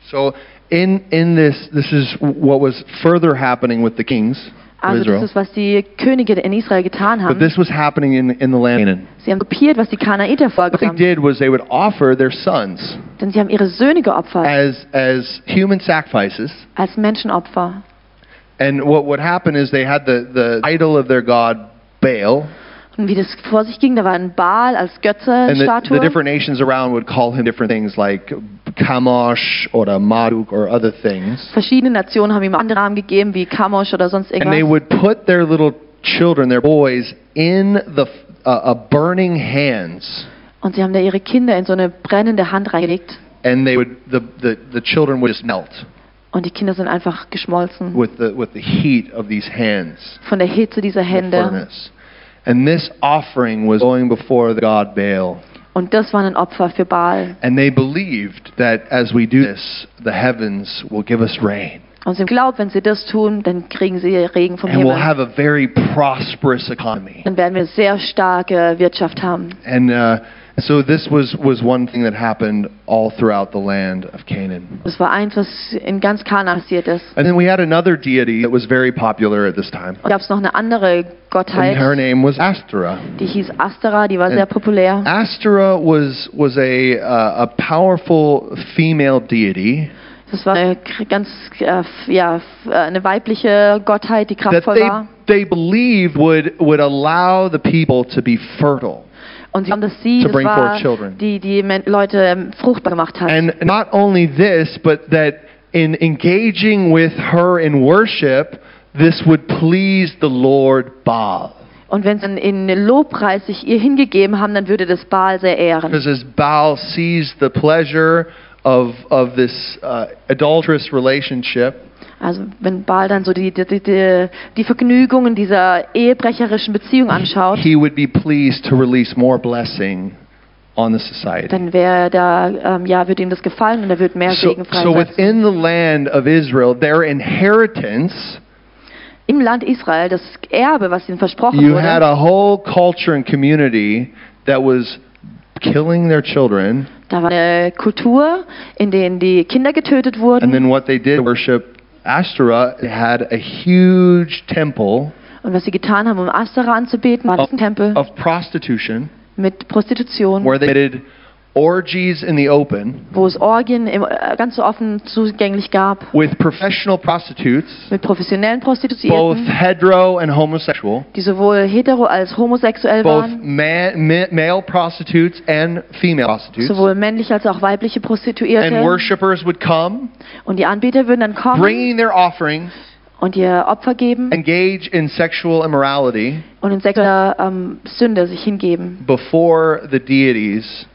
So in in this this is what was further happening with the kings of
Also das
Israel.
ist, was die Könige in Israel getan
But
haben.
this was happening in in the land. of Canaan.
Sie haben kopiert, was die Kanaiter
What they
vorgebracht haben.
did was they would offer their sons
Denn sie haben ihre Söhne geopfert
as as human sacrifices.
als Menschenopfer.
And what would happen is they had the the idol of their god Baal.
Und wie das vor sich ging, da war ein Baal als
And the, the
Götze-Statue.
different nations around would call him different things like Kamosh or a Marduk or other things.
Verschiedene Nationen haben ihm andere Namen gegeben, wie Kamosh oder sonst
And they
irgendwas.
would put their little children, their boys, in the uh, uh, burning hands.
Und sie haben da ihre Kinder in so eine brennende Hand reingelegt.
And they would the, the, the children would just melt
Und die Kinder sind einfach geschmolzen.
with the with the heat of these hands
von der Hitze dieser
in the
Hände.
furnace. And this offering was going before the god Baal.
Und das war ein Opfer für Baal.
And they believed that as we do this, the heavens will give us rain.
Und sie haben geglaubt, wenn sie das tun, dann kriegen sie Regen vom
And we'll
Himmel.
have a very prosperous economy.
Dann werden wir eine sehr starke Wirtschaft haben.
And uh, so this was, was one thing that happened all throughout the land of Canaan.
Das war eins, was in ganz Kana passiert ist.
And then we had another deity that was very popular at this time.
Und gab es noch eine andere
And her
Gottheit,
name was Astera.
die hieß Astara, die war
And-
sehr populär.
Astera was, was a, uh, a powerful female deity
Das war eine kr- ganz, äh, f- ja, f- äh, eine weibliche Gottheit, die kraftvoll war.
that they, they believed would, would allow the people to be fertile.
Und sie haben das Sie,
To
das
bring
war
forth children.
die, die Men- Leute ähm, fruchtbar gemacht hat.
And not only this, but that in engaging with her in worship, this would please the Lord Baal.
Und wenn sie dann in Lobpreis sich ihr hingegeben haben, dann würde das Baal sehr ehren.
Because as Baal sees the pleasure of, of this uh, adulterous relationship,
Also wenn Baal dann so die, die, die- die, die Vergnügungen dieser ehebrecherischen Beziehung anschaut,
he would be pleased to release more blessing on the society.
dann wäre da, ähm, ja, würde ihm das gefallen und er würde mehr
So,
Segen
so
freisetzen.
within the land of Israel, their inheritance,
Im Land Israel, das Erbe, was ihnen versprochen
you had
wurde,
a whole culture and community that was killing their children.
da war eine Kultur, in denen die Kinder getötet
And
wurden.
then what they did, worship Ashtoreth, they had a huge temple
Und was sie getan haben, um Astara anzubeten, war
of,
ein Tempel
of prostitution
mit Prostitution,
where they did orgies in the open
wo es Orgien im, äh, ganz so offen zugänglich gab,
with professional prostitutes,
mit professionellen
both
Prostituierten,
hetero and homosexual,
die sowohl hetero als homosexuell
both
waren,
ma- ma- male prostitutes and female prostitutes.
sowohl männliche als auch weibliche
And
Prostituierte.
worshipers would come,
Und die Anbeter würden dann kommen
bringing their offerings,
und ihr Opfer geben
engage in sexual immorality
und in sexueller ähm, Sünde sich hingeben.
before the deities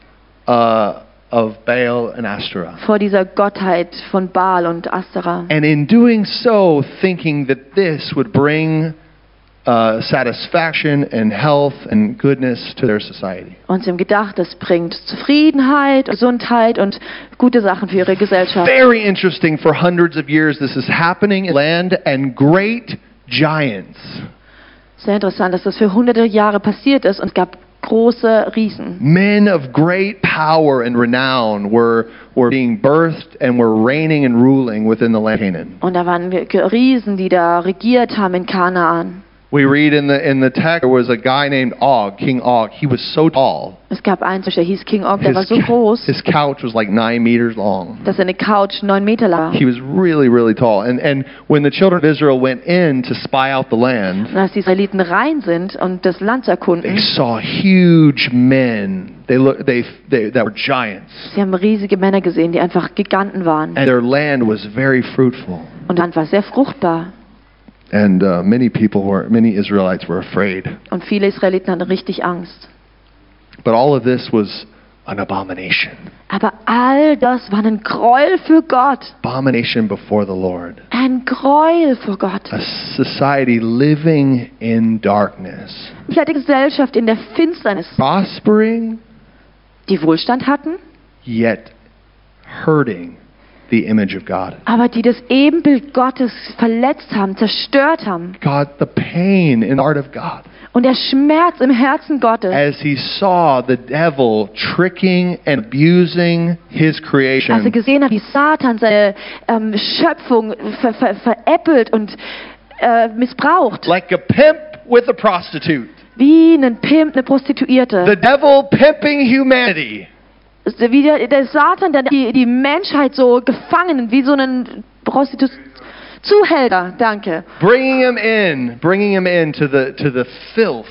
uh, of Baal and Ashtoreth.
vor dieser Gottheit von Baal und Astara.
And in doing so, thinking that this would bring uh, satisfaction and health and goodness to their society.
Und sie haben gedacht, das bringt Zufriedenheit, Gesundheit und gute Sachen für ihre Gesellschaft.
Very interesting for hundreds of years, this is happening in land and great giants
Sehr interessant, dass das für hunderte Jahre passiert ist und es gab große Riesen.
men of great power and renown were, were being birthed and were reigning and ruling within the land of canaan
Und da waren Ge- Ge- Riesen, die da regiert haben in Kanaan.
we read in the in the text there was a guy named og king og he was so tall
Es gab einen, der hieß King Og, der
his,
war so groß,
his couch was like nine meters long
dass seine Couch neun Meter lang war.
He was really, really tall. And, and when the children of Israel went in to spy out the land,
Und als die Israeliten rein sind und das Land
they
erkunden,
saw huge men. They look, they, they, that were giants.
sie haben riesige Männer gesehen, die einfach Giganten waren.
And their land was very fruitful.
Und das Land war sehr fruchtbar.
And uh, many people were, many Israelites were afraid.
Und viele Israeliten hatten richtig Angst.
But all of this was an abomination.
Aber all das war ein Gräuel für Gott.
Abomination before the Lord.
Ein Gräuel für Gott.
A society living in darkness,
Ich hatte Gesellschaft in der Finsternis,
prospering,
die Wohlstand hatten,
yet hurting the image of God.
aber die das Ebenbild Gottes verletzt haben, zerstört haben.
God, the pain in the heart of God
Und der Schmerz im Herzen Gottes,
as he saw the devil tricking and abusing his
als er
creation.
gesehen hat, wie Satan seine ähm, Schöpfung ver ver veräppelt und äh, missbraucht.
Like a pimp with a prostitute.
Wie ein Pimp, eine Prostituierte.
The devil pimping humanity.
wie der, der Satan, der die, die Menschheit so gefangen, wie so einen Prostitu Zuhälter, danke.
Bringing him in, bringing him in to the, to the filth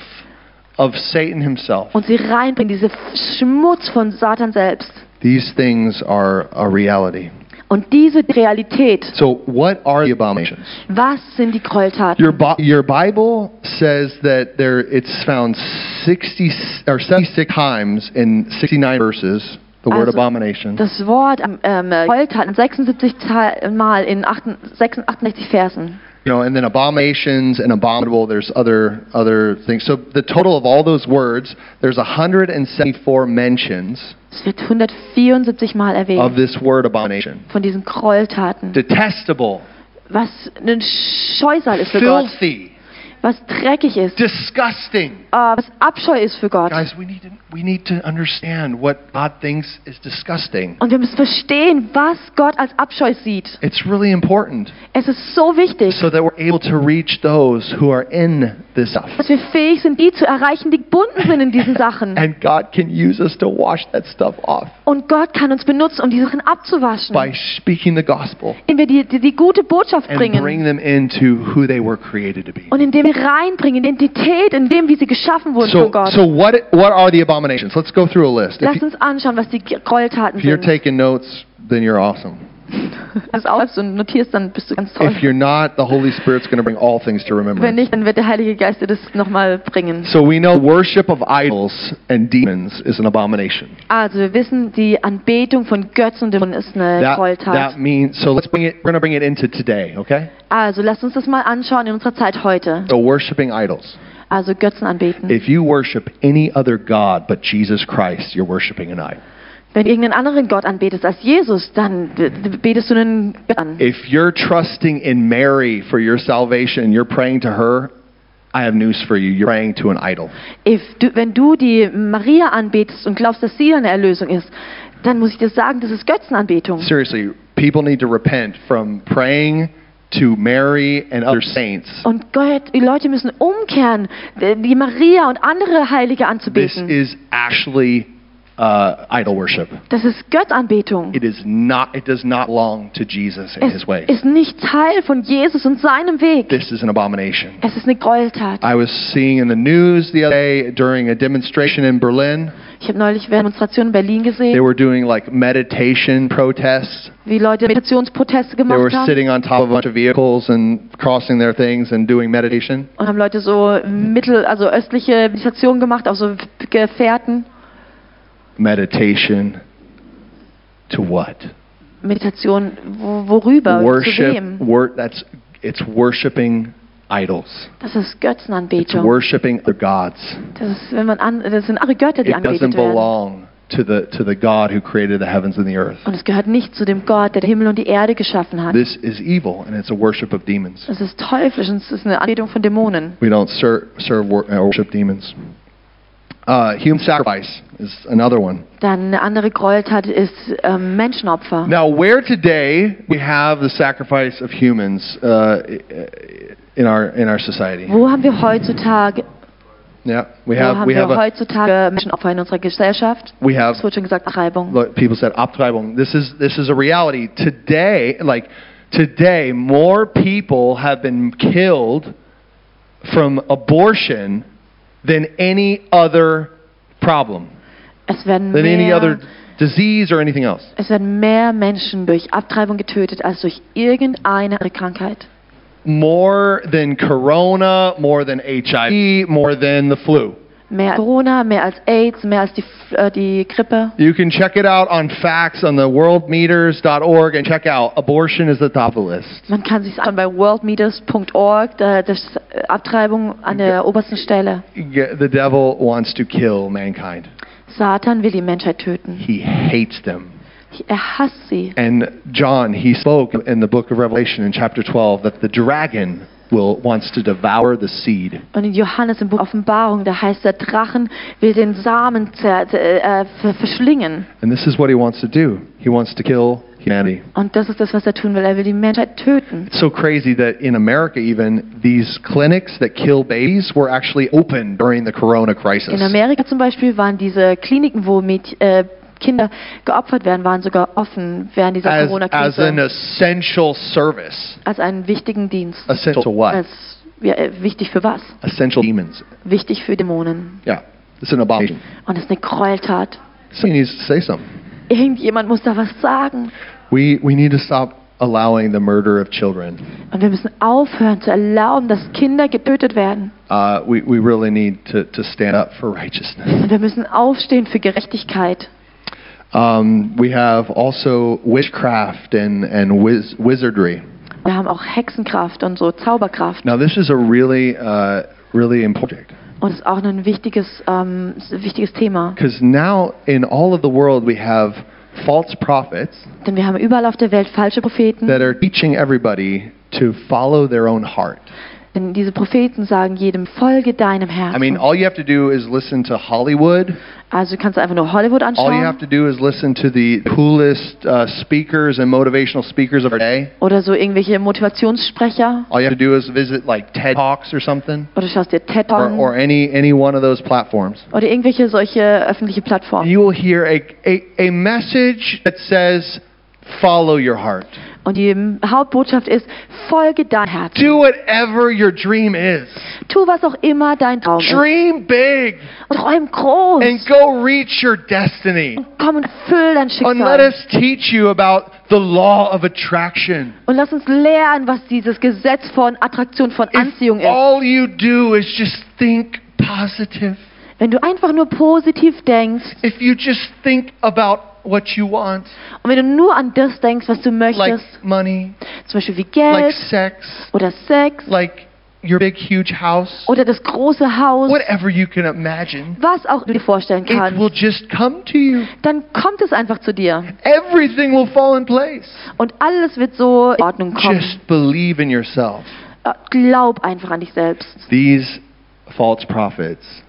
of Satan himself.
Und sie reinbringen, diese Schmutz von Satan selbst.
These things are a reality.
Und diese Realität,
So, what are the abominations?
was sind die Gräueltaten?
Your, Bi- your Bible says that there it's found 60 or 76 times in 69 verses the word
Also,
abomination.
Das Wort ähm, ähm, Gräueltaten 76 Ta- Mal in 68, 68 Versen.
You know, and then abominations and abominable there's other other things. So the total of all those words there's 174 mentions
Es wird 174 Mal
of
erwähnt
this word abomination.
von diesen Gräueltaten.
Detestable,
Was ein Scheusal ist für Gott,
filthy,
was dreckig ist, äh,
disgusting.
was Abscheu ist für Gott.
Guys, we need to we need to understand what God thinks is disgusting.
Und wir müssen verstehen, was Gott als Abscheu sieht.
It's really important.
Es ist so wichtig,
so that we're able to reach those who are in this stuff.
dass wir fähig sind, die zu erreichen, die gebunden sind in diesen Sachen.
And God can use us to wash that stuff off
Und Gott kann uns benutzen, um die Sachen abzuwaschen,
by speaking the gospel
indem wir die, die, die gute Botschaft
and bring
bringen
them into who they were created to be.
und indem sie reinbringen, Identität in dem, wie sie geschaffen wurden
So,
von Gott.
so what, what are the abominations? Let's go through a list. If,
Lass
you,
uns anschauen, was die Gräueltaten
if you're
sind.
taking notes, then you're awesome.
Also auf und notierst, dann bist du ganz toll.
If you're not, the Holy Spirit's going to bring all things to
Wenn
remembrance.
nicht, dann wird der Heilige Geist dir das nochmal bringen.
So we know worship of idols and demons is an abomination.
Also wir wissen, die Anbetung von Götzen und Dämonen ist eine
That,
Gräueltat.
that means so. Let's bring it. We're going to bring it into today. Okay.
Also lasst uns das mal anschauen in unserer Zeit heute.
So worshiping idols.
Also Götzen anbeten.
If you worship any other god but Jesus Christ, you're worshiping an idol.
Wenn du irgendeinen anderen Gott anbetest als Jesus, dann b- b- betest du einen Gott an.
If you're trusting in Mary for your salvation and you're praying to her, I have news for you. You're praying to an idol.
If du, wenn du die Maria anbetest und glaubst, dass sie deine Erlösung ist, dann muss ich dir sagen, das ist Götzenanbetung.
Seriously, people need to repent from praying to Mary and other saints.
Und Gott, die Leute müssen umkehren, die Maria und andere Heilige
This
anzubeten.
is actually uh, idol worship.
Das ist Göttanbetung.
It is not. It does not belong to Jesus and
Es
His ways.
ist nicht Teil von Jesus und seinem Weg.
This is an abomination.
Es ist eine Gräueltat.
I was seeing in the news the other day during a demonstration in Berlin,
Ich habe neulich während Demonstrationen in Berlin
they
gesehen,
were doing like meditation protests.
wie Leute Meditationsproteste
They were
gemacht haben
sitting on top of a bunch of vehicles and crossing their things and doing meditation.
und haben Leute so mittel, also östliche Meditationen gemacht auf so Gefährten.
Meditation to what?
Meditation, wo, worüber? um Zu
Worship.
wem?
Wor- that's it's worshiping idols.
Das ist
It's
Götzenanbetung.
worshiping other gods.
Das, ist, wenn man an, das sind andere Götter, die
It doesn't
angebetet werden.
belong to the to the God who created the heavens and the earth.
Und es gehört nicht zu dem Gott, der den Himmel und die Erde geschaffen hat.
This is evil and it's a worship of demons.
Das ist teuflisch und es ist eine Anbetung von Dämonen.
We don't ser- serve wor- or worship demons. Uh, human sacrifice is another one.
Dann eine andere Gräueltat ist ähm, Menschenopfer.
Now, where today we have the sacrifice of humans uh, in our in our society?
Wo haben wir heutzutage,
Yeah, we
wo
have
haben
we
wir
have a,
heutzutage Menschenopfer in unserer Gesellschaft?
we have
Es wurde schon gesagt, Abtreibung.
like people said Abtreibung. This is this is a reality today. Like today, more people have been killed from abortion than any other problem,
Es werden,
than any
mehr,
other disease or anything else.
es werden mehr Menschen durch Abtreibung getötet als durch irgendeine andere Krankheit.
More than corona, more than HIV, more than the flu.
Mehr als Corona, mehr als AIDS, mehr als die, F- äh, die Grippe.
You can check it out on facts on the worldmeters.org and check out abortion is the top of the list.
Man kann sich anschauen bei worldmeters.org, da das ist äh, Abtreibung an der obersten Stelle.
Ge- The devil wants to kill mankind.
Satan will die Menschheit töten.
He hates them.
Er hasst sie.
And John, he spoke in the book of Revelation in chapter 12 that the dragon will wants to devour the seed.
Und in Johannes im Buch Offenbarung, da heißt der Drachen will den Samen zer, zer- äh, ver- verschlingen.
And this is what he wants to do. He wants to kill humanity.
Und das ist das, was er tun will. Er will die Menschheit töten.
It's so crazy that in America even these clinics that kill babies were actually open during the corona crisis.
In Amerika zum Beispiel waren diese Kliniken, wo Mäd äh, Kinder geopfert werden, waren sogar offen während dieser
As, as an
Corona-Krise
essential service.
als einen wichtigen Dienst.
Essential to what?
Als ja, äh, wichtig für was?
Essential demons.
Wichtig für Dämonen.
Yeah. It's an abomination.
Und das ist eine Gräueltat.
Somebody needs to say something.
Irgendjemand muss da was sagen.
We, we need to stop allowing the murder of children.
Und wir müssen aufhören zu erlauben, dass Kinder getötet werden.
Uh, we, we really need to, to stand up for righteousness.
Und wir müssen aufstehen für Gerechtigkeit.
Um, we have also witchcraft and, and wiz- wizardry.
Wir haben auch Hexenkraft und so Zauberkraft.
Now, this is a really, uh, really important
Und ist auch ein wichtiges, ähm, ist ein wichtiges Thema.
because now in all of the world we have false prophets
Denn wir haben überall auf der Welt falsche Propheten.
that are teaching everybody to follow their own heart.
Denn diese Propheten sagen jedem, folge deinem Herzen.
I mean, all you have to do is listen to Hollywood
also kannst du einfach nur Hollywood
All you
anschauen
have to do is listen to the coolest uh, speakers and motivational speakers of our day.
oder so irgendwelche Motivationssprecher
All you have to do is visit like TED Talks or something,
oder schaust dir TED
or,
an
or any any one of those platforms.
oder irgendwelche solche öffentliche
And
Plattformen.
you will hear a, a, a message that says, follow your heart.
Und die Hauptbotschaft ist, folge deinem Herzen.
Do whatever your dream is.
Tu, was auch immer dein Traum ist.
Dream big
Und träum groß.
and go reach your destiny.
Komm und füll dein
And let
Schicksal.
us teach you about the law of attraction.
Und lass uns lernen, was dieses Gesetz von Attraktion, von Anziehung
If
ist.
all you do is just think positive,
Wenn du einfach nur positiv denkst
if you just think about what you want,
und wenn du nur an das denkst, was du
like
möchtest,
money,
zum Beispiel wie
like
Geld
sex,
oder Sex
like your big huge house,
oder das große Haus,
whatever you can imagine,
was auch du dir vorstellen
it will
kannst,
just come to you.
dann kommt es einfach zu dir.
Everything will fall in place.
Und alles wird so in Ordnung kommen.
Just believe in yourself.
Äh, Glaub einfach an dich selbst.
These false prophets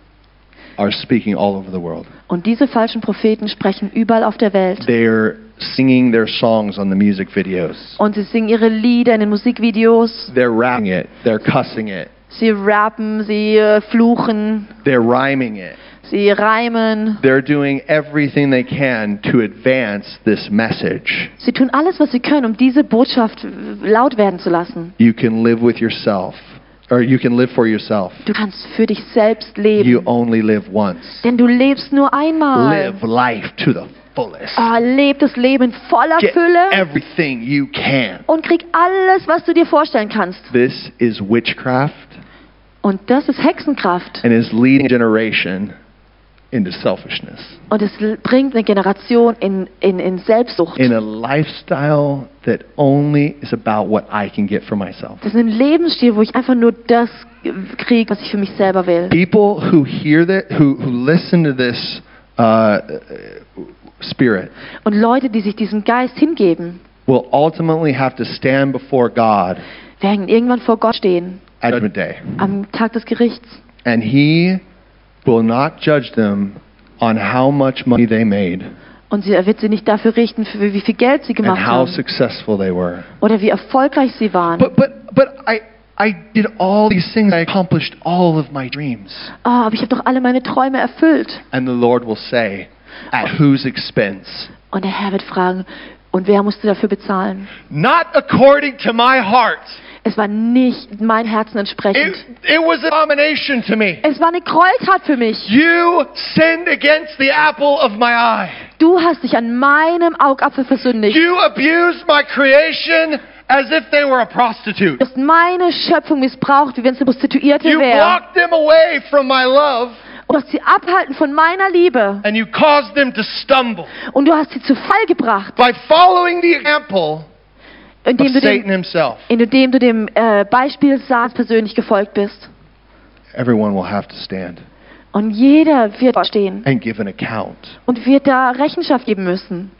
are speaking all over the world.
Und diese falschen Propheten sprechen überall auf der Welt.
They're singing their songs on the music videos.
Und sie singen ihre Lieder in den Musikvideos.
They're rapping it. They're cussing it.
Sie rappen, sie äh, fluchen,
They're rhyming it.
sie reimen.
They're doing everything they can to advance this message.
Sie tun alles, was sie können, um diese Botschaft äh, laut werden zu lassen.
You can live with yourself, or you can live for yourself.
Du kannst für dich selbst leben.
You only live once.
denn du lebst nur einmal.
Live life to the fullest.
Ah, leb das Leben in voller
Get
Fülle
everything you can.
und krieg alles, was du dir vorstellen kannst.
This is witchcraft
Und das ist Hexenkraft.
and is leading a generation into selfishness,
Und es l- bringt eine Generation in, in, in Selbstsucht.
in a lifestyle that only is about what I can get for myself.
Das ist ein Lebensstil, wo ich einfach nur das kriege, was ich für mich selber will.
People who hear that, who, who listen to this uh, uh, spirit,
Und Leute, die sich diesem Geist hingeben,
will ultimately have to stand before God
werden irgendwann vor Gott stehen,
at Judgment Day.
am Tag des Gerichts.
And He will not judge them on how much money they made
Und sie, er wird sie nicht dafür richten, für wie viel Geld sie
and
gemacht
how
haben
successful they were.
oder wie erfolgreich sie waren.
But, but, but I, I did all these things. I accomplished all of my dreams.
Ah, aber ich habe doch alle meine Träume erfüllt.
And the Lord will say, At whose expense?
Und der Herr wird fragen, und wer musste dafür bezahlen?
Not according to my heart.
Es war nicht mein Herzen
It,
entsprechend.
it was an abomination to me.
Es war eine Gräueltat für mich.
You sinned against the apple of my eye.
Du hast dich an meinem Augapfel versündigt.
You abused my creation as if they were a prostitute.
Du hast meine Schöpfung missbraucht, wie wenn es eine Prostituierte
You
wäre.
blocked them away from my love
Und du hast sie abhalten von meiner Liebe.
and you caused them to stumble
Und du hast sie zu Fall gebracht,
by following the example of
indem du
Satan
dem,
himself.
indem du dem äh, Beispiel Satans persönlich gefolgt bist.
Everyone will have to stand
Und jeder wird verstehen
and give an account.
und wird da Rechenschaft geben müssen.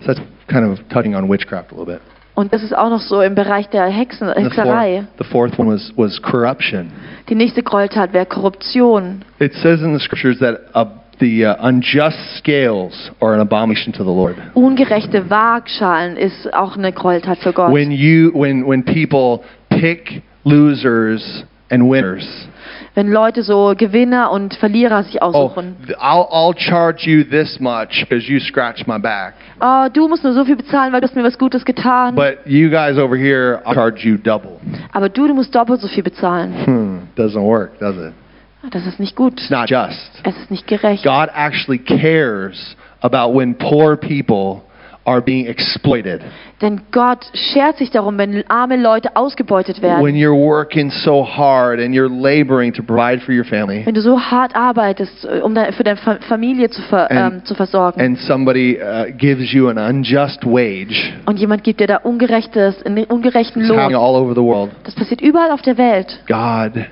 So that's kind of touching on witchcraft a little bit.
Und das ist auch noch so im Bereich der Hexen,
And the,
Hexerei.
fourth, the fourth one was, was corruption.
Die nächste Gräueltat wäre Korruption.
It says in the scriptures that uh, the uh, unjust scales are an abomination to the Lord.
Ungerechte Waagschalen ist auch eine Gräueltat für Gott.
When you when when people pick losers and winners.
Wenn Leute so Gewinner und Verlierer sich
Oh,
aussuchen.
th- I'll I'll charge you this much because you scratched my back.
Oh. du musst nur so viel bezahlen, weil du hast mir was Gutes getan.
But you guys over here, I'll charge you double.
Aber du, du musst doppelt so viel bezahlen. Ah,
Hmm, doesn't work, does it?
Das ist nicht gut.
It's not just.
Es ist nicht gerecht.
God actually cares about when poor people are being exploited.
Denn Gott schert sich darum, wenn arme Leute ausgebeutet werden.
When you're working so hard and you're laboring to provide for your family,
wenn du so hart arbeitest, äh, um dein- für deine Fa- Familie zu, ver
And-
ähm, zu versorgen.
and somebody uh, gives you an unjust wage.
und jemand gibt dir da ungerechtes, einen ungerechten
It's happening
Lohn.
all over the world.
Das passiert überall auf der Welt.
God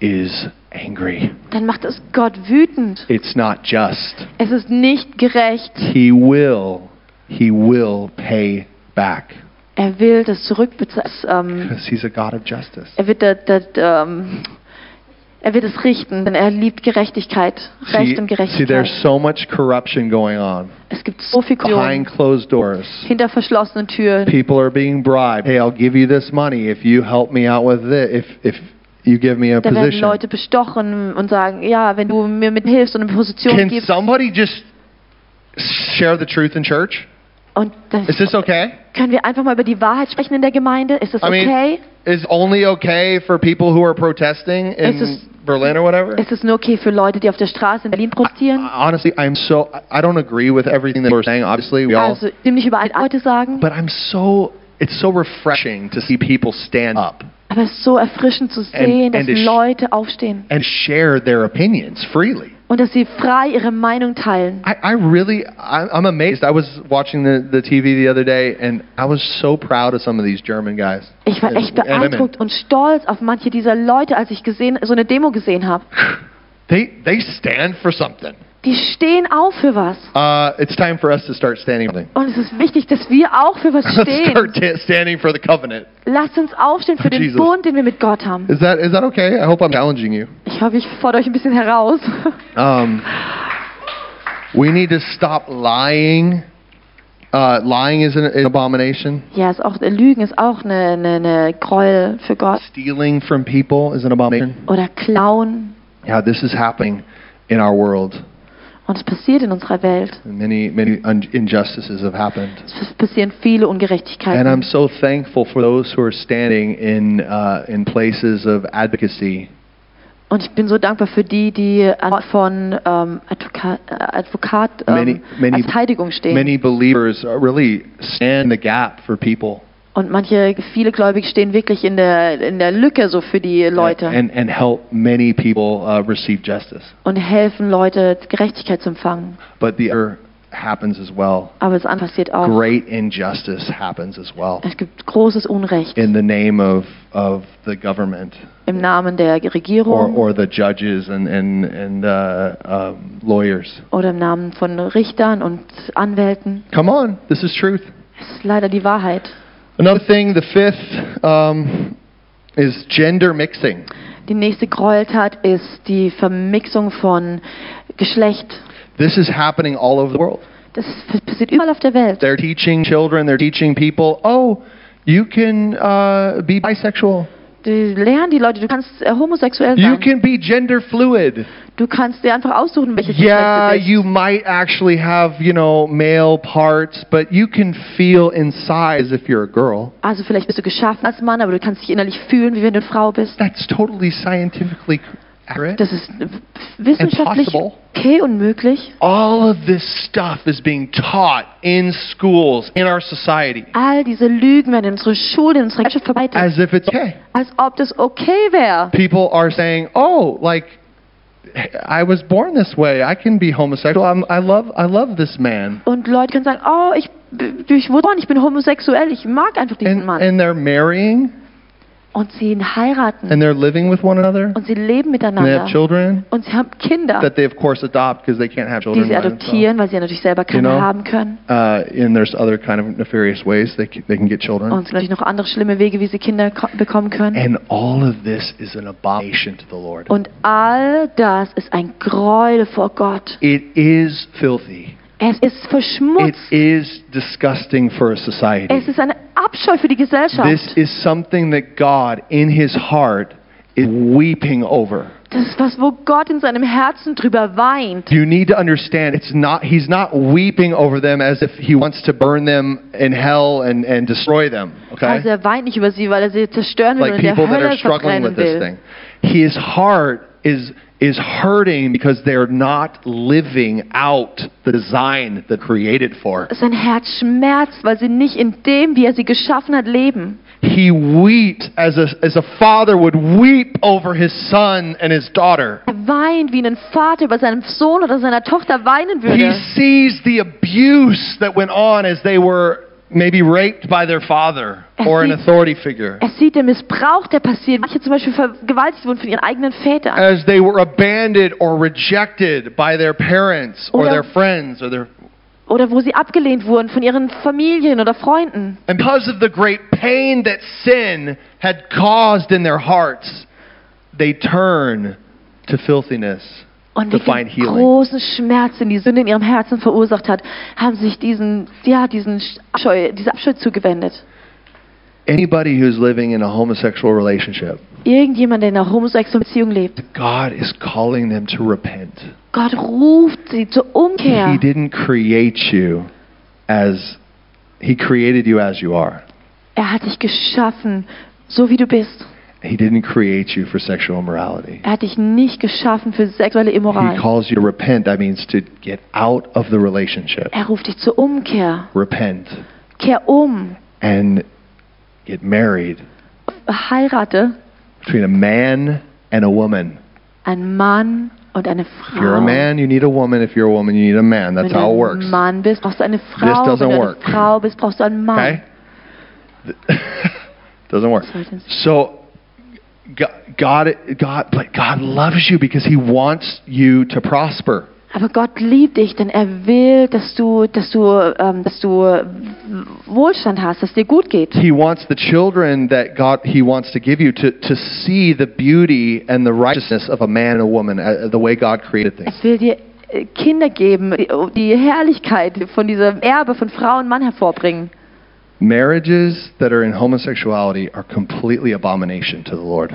is angry.
Dann macht es Gott wütend.
It's not just.
Es ist nicht gerecht.
He will, he will pay back
Er will das zurückbezahlen. Ähm,
because he's a God of justice.
er wird das, das, ähm, er wird es richten, denn er liebt Gerechtigkeit,
See,
Recht und
see,
Gerechtigkeit.
there's so much corruption going on
es gibt so viel
behind
Korruption
closed doors.
hinter verschlossenen Türen.
People are being bribed. Hey, I'll give you this money if you help me out with this. If if you give me a
Da werden
position.
Leute bestochen und sagen, ja, wenn du mir mit hilfst und eine Position
Can
gibst,
somebody just share the truth in church?
Und das
Is this okay?
können wir einfach mal über die Wahrheit sprechen in der Gemeinde? Ist das
I mean,
okay?
is only okay for people who are protesting in
Es ist-
Berlin or whatever?
Ist es nur okay für Leute, die auf der Straße in Berlin protestieren?
Honestly, I'm so I- I don't agree with everything that we're saying. Obviously, we all,
Also, dem nicht über alte Leute sagen,
but I'm so it's so refreshing to see people stand up
aber es ist so erfrischend zu sehen,
and
dass
it's-
Leute aufstehen
and share their opinions freely.
und dass sie frei ihre Meinung teilen.
I, I really I, I'm amazed. I was watching the, the TV the other day, and I was so proud of some of these German guys.
Ich war
and-
echt
and women.
beeindruckt und stolz auf manche dieser Leute, als ich gesehen, so eine Demo gesehen habe.
They they stand for something.
Die stehen auf für was.
Uh, it's time for us to start standing. for something.
Und es ist wichtig, dass wir auch für was
Let's start
stehen.
ta- standing for the covenant.
Lasst uns aufstehen für den
Jesus.
Bund, den wir mit Gott haben.
Is that is that okay? I hope I'm challenging you.
Ich hoffe, ich fordere euch ein bisschen heraus.
Um, we need to stop lying. Uh, lying is an, an abomination.
Ja, ist auch, äh, Lügen ist auch eine, eine, eine Gräuel für Gott.
Stealing from people is an abomination.
Oder Klauen.
Yeah, this is happening in our world.
Und es passiert in unserer Welt.
Many many un- injustices have happened,
Es passieren viele
and I'm
Ungerechtigkeiten.
so thankful for those who are standing in uh, in places of advocacy
Und ich bin so dankbar für die, die an Ort von ähm, Advokat, äh, Advokat ähm,
Many- many-
als Heiligung stehen.
Many believers uh, really stand in the gap for people
Und manche, viele Gläubige stehen wirklich in der, in der Lücke so für die Leute
and, and help many people uh, receive justice.
und helfen Leute, Gerechtigkeit zu empfangen.
But the other happens as well.
Aber es andere passiert auch.
Great injustice happens as well
Es gibt großes Unrecht
in the name of, of the government
im Namen der
or,
Regierung
or the judges and, and, and uh, um, lawyers.
oder im Namen von Richtern und Anwälten.
Come on, this is truth.
Das ist leider die Wahrheit.
Another thing, the fifth um, is gender mixing.
Die nächste Gräueltat ist die Vermixung von Geschlecht.
This is happening all over the world.
Das passiert überall auf der Welt.
they're teaching children, they're teaching people, oh, you can uh, be bisexual,
Die lernen die Leute, du kannst äh, homosexuell
you
sein.
can be gender fluid.
Du kannst dir einfach aussuchen, welches
Yeah,
Geschlecht du
you
bist.
might actually have, you know, male parts, but you can feel inside as if you're a girl.
Also vielleicht bist du geschaffen als Mann, aber du kannst dich innerlich fühlen, wie wenn du eine Frau bist.
That's totally scientifically accurate.
Das ist äh, wissenschaftlich
Impossible.
okay und möglich.
All of this stuff is being taught in schools, in our society,
All diese Lügen werden in unseren Schulen, in unserer Gesellschaft verbreitet,
as if it's okay.
als ob das okay wäre.
people are saying, "Oh, like I was born this way. I can be homosexual. I'm, I love I love this man."
Und Leute können sagen, oh, ich, ich wurde geboren, ich bin homosexuell, ich mag einfach diesen
And
Mann.
and they're marrying
und sie ihn heiraten
and they're living with one another
und sie leben
and they have
miteinander
children
und sie haben Kinder,
that they of course adopt because they can't have
die
children.
sie
by themselves.
adoptieren, weil sie ja natürlich selber keine
know?
haben können.
Uh, and there's other kind of nefarious ways they can, they can get
Und
children.
es gibt natürlich noch andere schlimme Wege, wie sie Kinder ko- bekommen können.
And all of this is an abomination to the Lord.
Und all das ist ein Gräuel vor Gott.
It is filthy.
Es ist
It
verschmutzt.
is disgusting for a
Es
society.
ist eine Abscheu für die
This
Gesellschaft.
is something that God, in His heart, is weeping over.
Das ist was, wo Gott in seinem Herzen drüber weint.
You need to understand it's not he's not weeping over them as if he wants to burn them in hell and, and destroy them.
Also
Okay?
er weint nicht über sie, weil er sie zerstören will
Like
und in der
people that are
Hölle
struggling with
verbrennen
this thing.
will.
His heart is is hurting because they're not living out the design that created for.
Sein Herz schmerzt, weil sie nicht in dem, wie er sie geschaffen hat, leben.
He weeps as a as a father would weep over his son and his daughter.
Er weint, wie ein Vater über seinen Sohn oder seiner Tochter weinen
He
würde.
sees the abuse that went on as they were maybe raped by their father or an authority figure.
Er sieht den Missbrauch, der passiert. Manche zum Beispiel vergewaltigt wurden von ihren eigenen Vätern.
as they were abandoned or rejected by their parents or
Oder-
their friends or their
Oder wo sie abgelehnt wurden von ihren Familien oder Freunden.
and because of the great pain that sin had caused in their hearts they turn to filthiness
Und
to
wie
find
viel
healing
großen Schmerz in die Sünde in ihrem Herzen verursacht hat, haben sich diesen, ja, diesen Abscheu, diese Abscheu zugewendet.
anybody who's living in a homosexual relationship
Irgendjemand, der in einer homosexuellen Beziehung lebt.
god is calling them to repent
Gott ruft sie zur Umkehr.
he didn't create you as He created you as you are.
Er hat dich geschaffen, so wie du bist.
He didn't create you for sexual immorality.
Er hat dich nicht geschaffen für sexuelle
He
Immoral.
calls you to repent. That means to get out of the relationship.
Er ruft dich zur Umkehr.
Repent
Kehr um.
and get married
Heirate
between a man and a woman.
einen Mann und eine
If you're
Frau.
a man, you need a woman. If you're a woman, you need a man. That's
Wenn du
how it
ein
works.
Mann bist, brauchst du eine Frau.
doesn't
Wenn du
work.
eine Frau bist, brauchst du einen Mann.
Okay? Doesn't work. So Go- God, God, but God loves you because He wants you to prosper.
Aber Gott liebt dich, denn er will, dass du, dass du, ähm, dass du Wohlstand hast, dass dir gut geht.
He wants the children that God He wants to give you to, to see the beauty and the righteousness of a man and a woman, uh, the way God created things.
Es will dir äh, Kinder geben, die- oh, die Herrlichkeit von diesem Erbe von Frau und Mann hervorbringen.
Marriages that are in homosexuality are completely abomination to the Lord.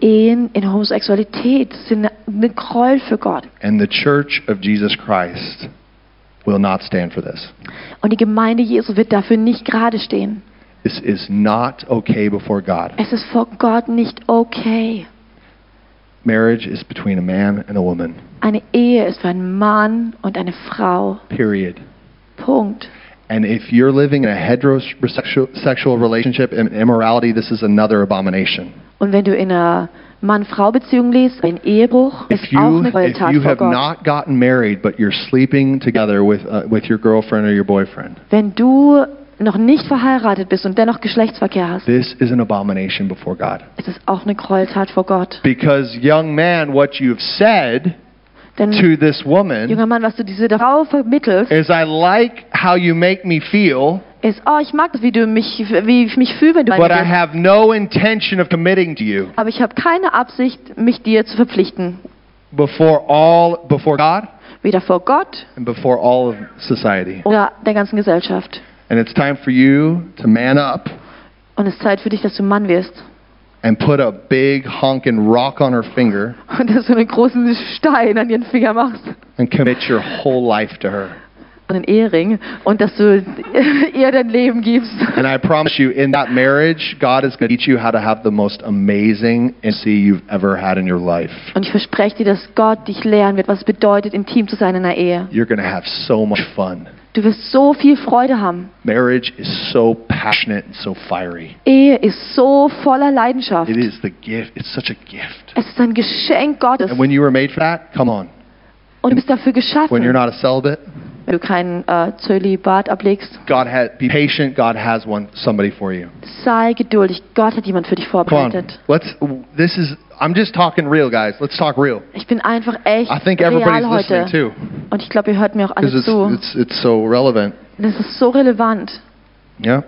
Ehen in Homosexualität sind eine Gräuel für Gott.
And the church of Jesus Christ will not stand for this.
Und die Gemeinde Jesu wird dafür nicht gerade stehen.
This is not okay before God.
Es ist vor Gott nicht okay.
Marriage is between a man and a woman,
Eine Ehe ist für einen Mann und eine Frau.
period.
Punkt.
And if you're living in a heterosexual sexual relationship and immorality, this is another abomination.
Und wenn du in einer Mann-Frau-Beziehung liest, ein Ehebruch ist
If you,
auch eine
if
Gräueltat
you
vor
have
Gott.
not gotten married, but you're sleeping together with, uh, with your girlfriend or your boyfriend,
Wenn du noch nicht verheiratet bist und dennoch Geschlechtsverkehr hast,
this is an abomination before God.
ist es auch eine Gräueltat vor Gott.
Because, young man, what you've said
Denn,
to this woman
junger Mann, was du diese Frau vermittelst,
is, I like how you make me feel,
ist, oh, ich mag das, wie, du mich, wie ich mich fühle, wenn du bei
but
mir
Äh. I
bist.
have no intention of committing to you
Aber ich habe keine Absicht, mich dir zu verpflichten.
before all, before God
Weder vor Gott
and before all of society.
oder der ganzen Gesellschaft.
And it's time for you to man up
Und es ist Zeit für dich, dass du Mann wirst.
and put a big honking rock on her finger
Und dass du einen großen Stein an ihren Finger machst.
and commit your whole life to her.
einen Ehering und dass du ihr dein Leben gibst.
And I promise you, in that marriage, God is going to teach you how to have the most amazing intimacy you've ever had in your life.
Und ich verspreche dir, dass Gott dich lehren wird, was es bedeutet, intim zu sein in einer Ehe.
You're going to have so much fun.
Du wirst so viel Freude haben.
Marriage is so passionate and so fiery.
Ehe ist so voller Leidenschaft.
It is the gift. It's such a gift.
Es ist ein Geschenk Gottes.
And when you were made for that, come on.
Und du bist dafür
When
geschaffen,
you're
wenn
not a celibate,
du keinen äh, Zölibat ablegst.
God has be patient. God has one somebody for you.
Sei geduldig. Gott hat jemand für dich
Come on.
vorbereitet.
Let's. This is. I'm just talking real, guys. Let's talk real.
Ich bin einfach echt
I think everybody's
real
listening
heute.
too,
Und ich glaube, ihr hört mir auch alle
because it's,
zu.
it's it's so relevant.
Das ist so relevant.
Yeah.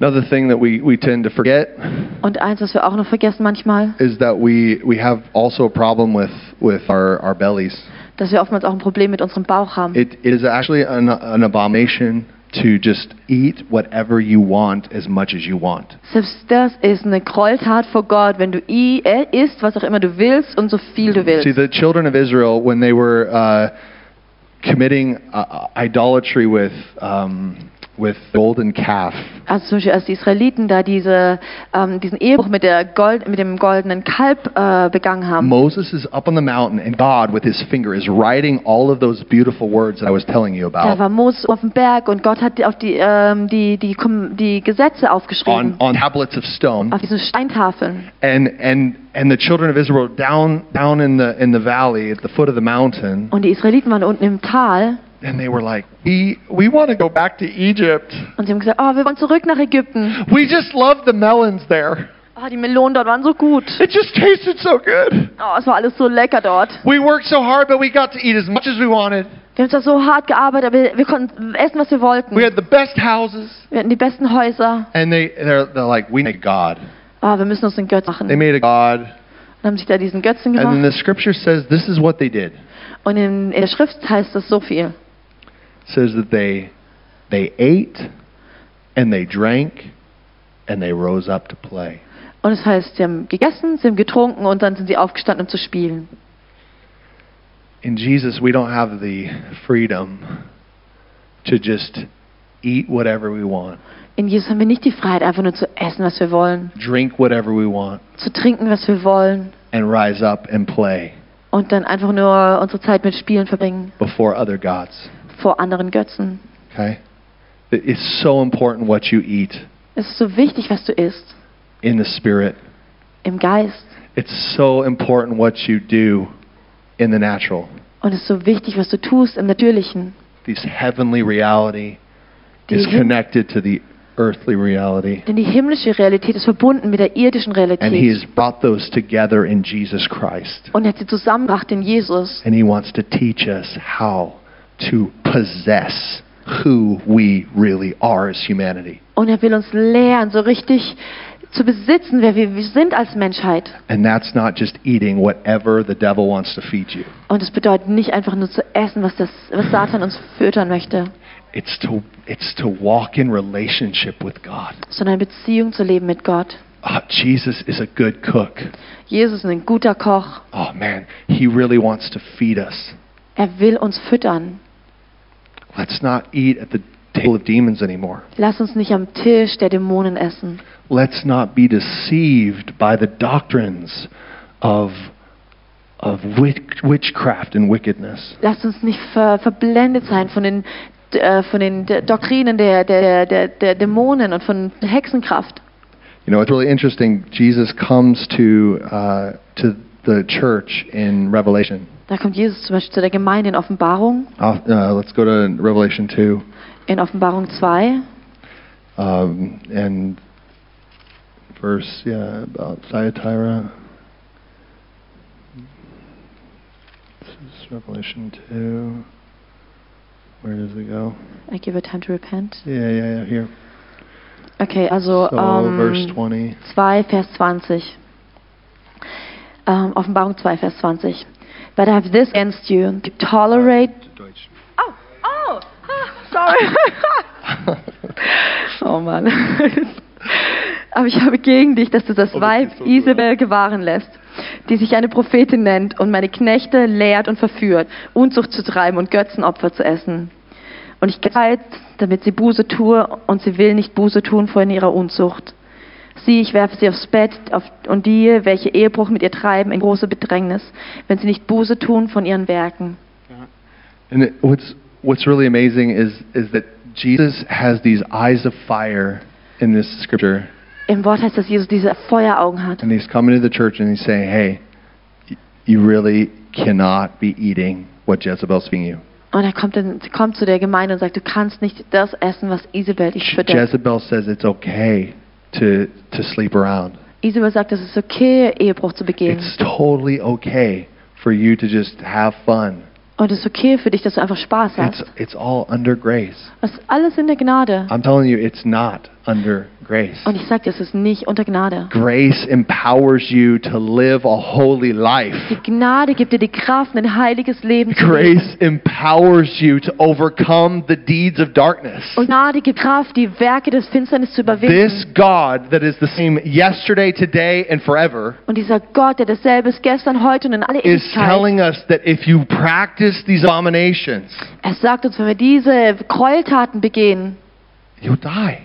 Another thing that we, we tend to forget
Und eins, was wir auch noch vergessen manchmal,
is that we, we have also a problem with, with our, our bellies.
dass wir oftmals auch ein Problem mit unserem Bauch haben.
It, it is actually an, an abomination to just eat whatever you want as much as you want.
Selbst das ist eine Gräueltat vor Gott, wenn du i äh, isst, was auch immer du willst und so viel du
See,
willst.
the children of Israel, when they were uh, committing uh, idolatry with, um, with the golden calf,
Also zum Beispiel als die Israeliten da diese, ähm, diesen Ehebruch mit, der Gold, mit dem goldenen Kalb äh, begangen haben.
Moses is up on the mountain, and God, with his finger, is writing all of those beautiful words that I was telling you about.
Da war Moses auf dem Berg und Gott hat auf die, ähm, die, die, Kom- die Gesetze
on,
aufgeschrieben.
on tablets of stone
Auf diesen Steintafeln.
and and and the children of Israel down down in the in the valley at the foot of the mountain
Und die Israeliten waren unten im Tal
and they were like we we want to go back to Egypt
und sie haben gesagt, oh, wir wollen zurück nach Ägypten.
we just love the melons there
Oh, die Melonen dort waren so gut.
it just tasted so good
Oh, es war alles so lecker dort.
we worked so hard but we got to eat as much as we wanted
Wir haben zwar so hart gearbeitet, aber wir, wir konnten essen, was wir wollten.
we had the best houses
Wir hatten die besten Häuser.
and they they're, they're like we need a god
Ah, wir müssen uns einen Götzen machen.
they
Und
made a god
haben sich da diesen Götzen
and uh, then
gemacht.
the scripture says this is what they did It
Und in, in der Schrift heißt das so viel.
says that they they ate and they drank and they rose up to play
Und es heißt, sie haben gegessen, sie haben getrunken und dann sind sie aufgestanden, um zu spielen.
in Jesus, we don't have the freedom to just eat whatever we want,
In Jesus haben wir nicht die Freiheit, einfach nur zu essen, was wir wollen,
drink whatever we want,
zu trinken, was wir wollen
and rise up and play
und dann einfach nur unsere Zeit mit Spielen verbringen
before other gods.
vor anderen Götzen.
Okay? It's so important what you eat
Es ist so wichtig, was du isst
in the spirit.
im Geist
It's so important what you do in the natural.
und es ist so wichtig, was du tust im Natürlichen.
This heavenly reality is
Die Him-
connected to the earthly reality.
Denn die himmlische Realität ist verbunden mit der irdischen
And
Realität.
he's brought those together in Jesus Christ.
Und er hat sie zusammengebracht in Jesus.
And he wants to teach us how to possess who we really are as humanity.
Und er will uns lehren, so richtig zu besitzen, wer wir wir sind als Menschheit.
And that's not just eating whatever the devil wants to feed you.
Und es bedeutet nicht einfach nur zu essen, was, das, was Satan uns füttern möchte,
It's to it's to walk in relationship with God.
sondern in Beziehung zu leben mit Gott.
Oh, Jesus is a good cook.
Jesus ist ein guter Koch.
Oh man, he really wants to feed us.
Er will uns füttern.
Let's not eat at the table of demons anymore.
Lass uns nicht am Tisch der Dämonen essen.
Let's not be deceived by the doctrines of of witch, witchcraft and wickedness.
Lass uns nicht ver verblendet sein von den, äh, von den D- Doktrinen der, der, der, der Dämonen und von Hexenkraft.
You know, it's really interesting. Jesus comes to uh, to the church in Revelation.
Da kommt Jesus zum Beispiel zu der Gemeinde in Offenbarung,
Uh, uh, let's go to Revelation two.
in Offenbarung 2.
um, and verse yeah about Thyatira. This is Revelation two. Where does it go?
I give it time to repent.
Yeah, yeah, yeah. Here.
Okay, also
so
ähm,
verse twenty.
2, Vers 20. Ähm, Offenbarung 2, Vers 20. But I have this against you. You tolerate. Oh, oh, ah, sorry. oh Mann. Aber ich habe gegen dich, dass du das
Oh, das
Weib
ist so gut.
Isabel gewahren lässt, die sich eine Prophetin nennt und meine Knechte lehrt und verführt, Unzucht zu treiben und Götzenopfer zu essen. Und ich gebe damit sie Buße tue, und sie will nicht Buße tun vor in ihrer Unzucht. Sieh, ich werfe sie aufs Bett auf, und die, welche Ehebruch mit ihr treiben, in große Bedrängnis, wenn sie nicht Buße tun von ihren Werken.
And it, what's what's really amazing is is that Jesus has these eyes of fire in this scripture,
Im Wort heißt, dass Jesus diese Feueraugen hat.
and he's coming to the church and he's saying, "Hey, y- you really cannot be eating what Jezebel's feeding you."
Und er kommt, dann, kommt zu der Gemeinde und sagt, du kannst nicht das essen, was Isabel dich füttert.
Jezebel says it's okay to to sleep around.
Isabel sagt, es ist okay, Ehebruch zu begehen.
It's totally okay for you to just have fun.
und es ist okay für dich, dass du einfach Spaß
It's
hast.
it's all under grace.
Das ist alles in der Gnade.
I'm telling you, it's not under grace.
Und ich sage dir, es ist nicht unter Gnade.
Grace empowers you to live a holy life.
Die Gnade gibt dir die Kraft, ein heiliges Leben zu leben.
Grace empowers you to overcome the deeds of darkness.
Und Gnade gibt Kraft, die Werke des Finsternis zu überwinden.
This God that is the same yesterday, today, and forever
und dieser Gott, der dasselbe ist gestern, heute und in alle
is
Ewigkeit,
telling us that if you practice these abominations,
er sagt uns, wenn wir diese Gräueltaten begehen,
you'll die.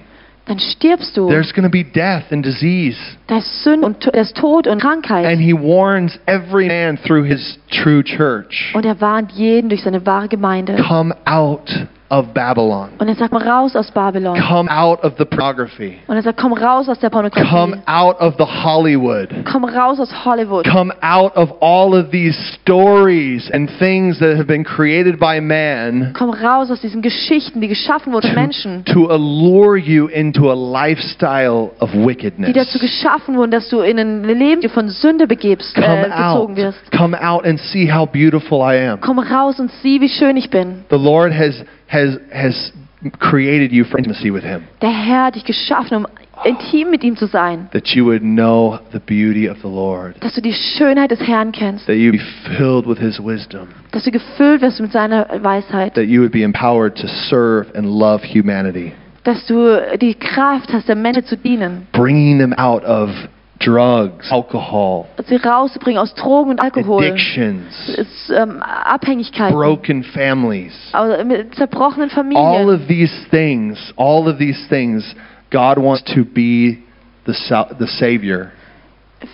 dann stirbst du.
There's going to be death and disease.
Da ist Sünde und To- da ist Tod und Krankheit.
And he warns every man through his true church
Und er warnt jeden durch seine wahre Gemeinde.
come out of Babylon,
Und er sagt, komm raus aus Babylon.
come out of the pornography,
Und er sagt, komm raus aus der Pornografie.
come out of the Hollywood.
Komm raus aus Hollywood.
Come out of all of these stories and things that have been created by man
Komm raus aus diesen Geschichten, die geschaffen wurden von
to,
Menschen,
to allure you into a lifestyle of
die dazu
wickedness.
geschaffen wurden, dass du in ein Leben von Sünde begebst,
Come
äh, gezogen
out.
wirst.
Come out and see how beautiful I am.
Komm raus und sieh, wie schön ich bin.
The Lord has has has created you for intimacy with him,
Der Herr hat dich geschaffen, um intim mit ihm zu sein.
that you would know the beauty of the Lord,
Dass du die Schönheit des Herrn kennst.
that you be filled with his wisdom,
Dass du gefüllt wirst mit seiner Weisheit.
that you would be empowered to serve and love humanity,
Dass du die Kraft hast, der Menschen zu dienen.
bringing them out of drugs, alcohol,
sie rauszubringen aus Drogen und Alkohol,
addictions,
ist, ähm, Abhängigkeiten,
broken families.
also mit zerbrochenen
All
Familien.
of these things, all of these things, God wants to be the, sa- the Savior,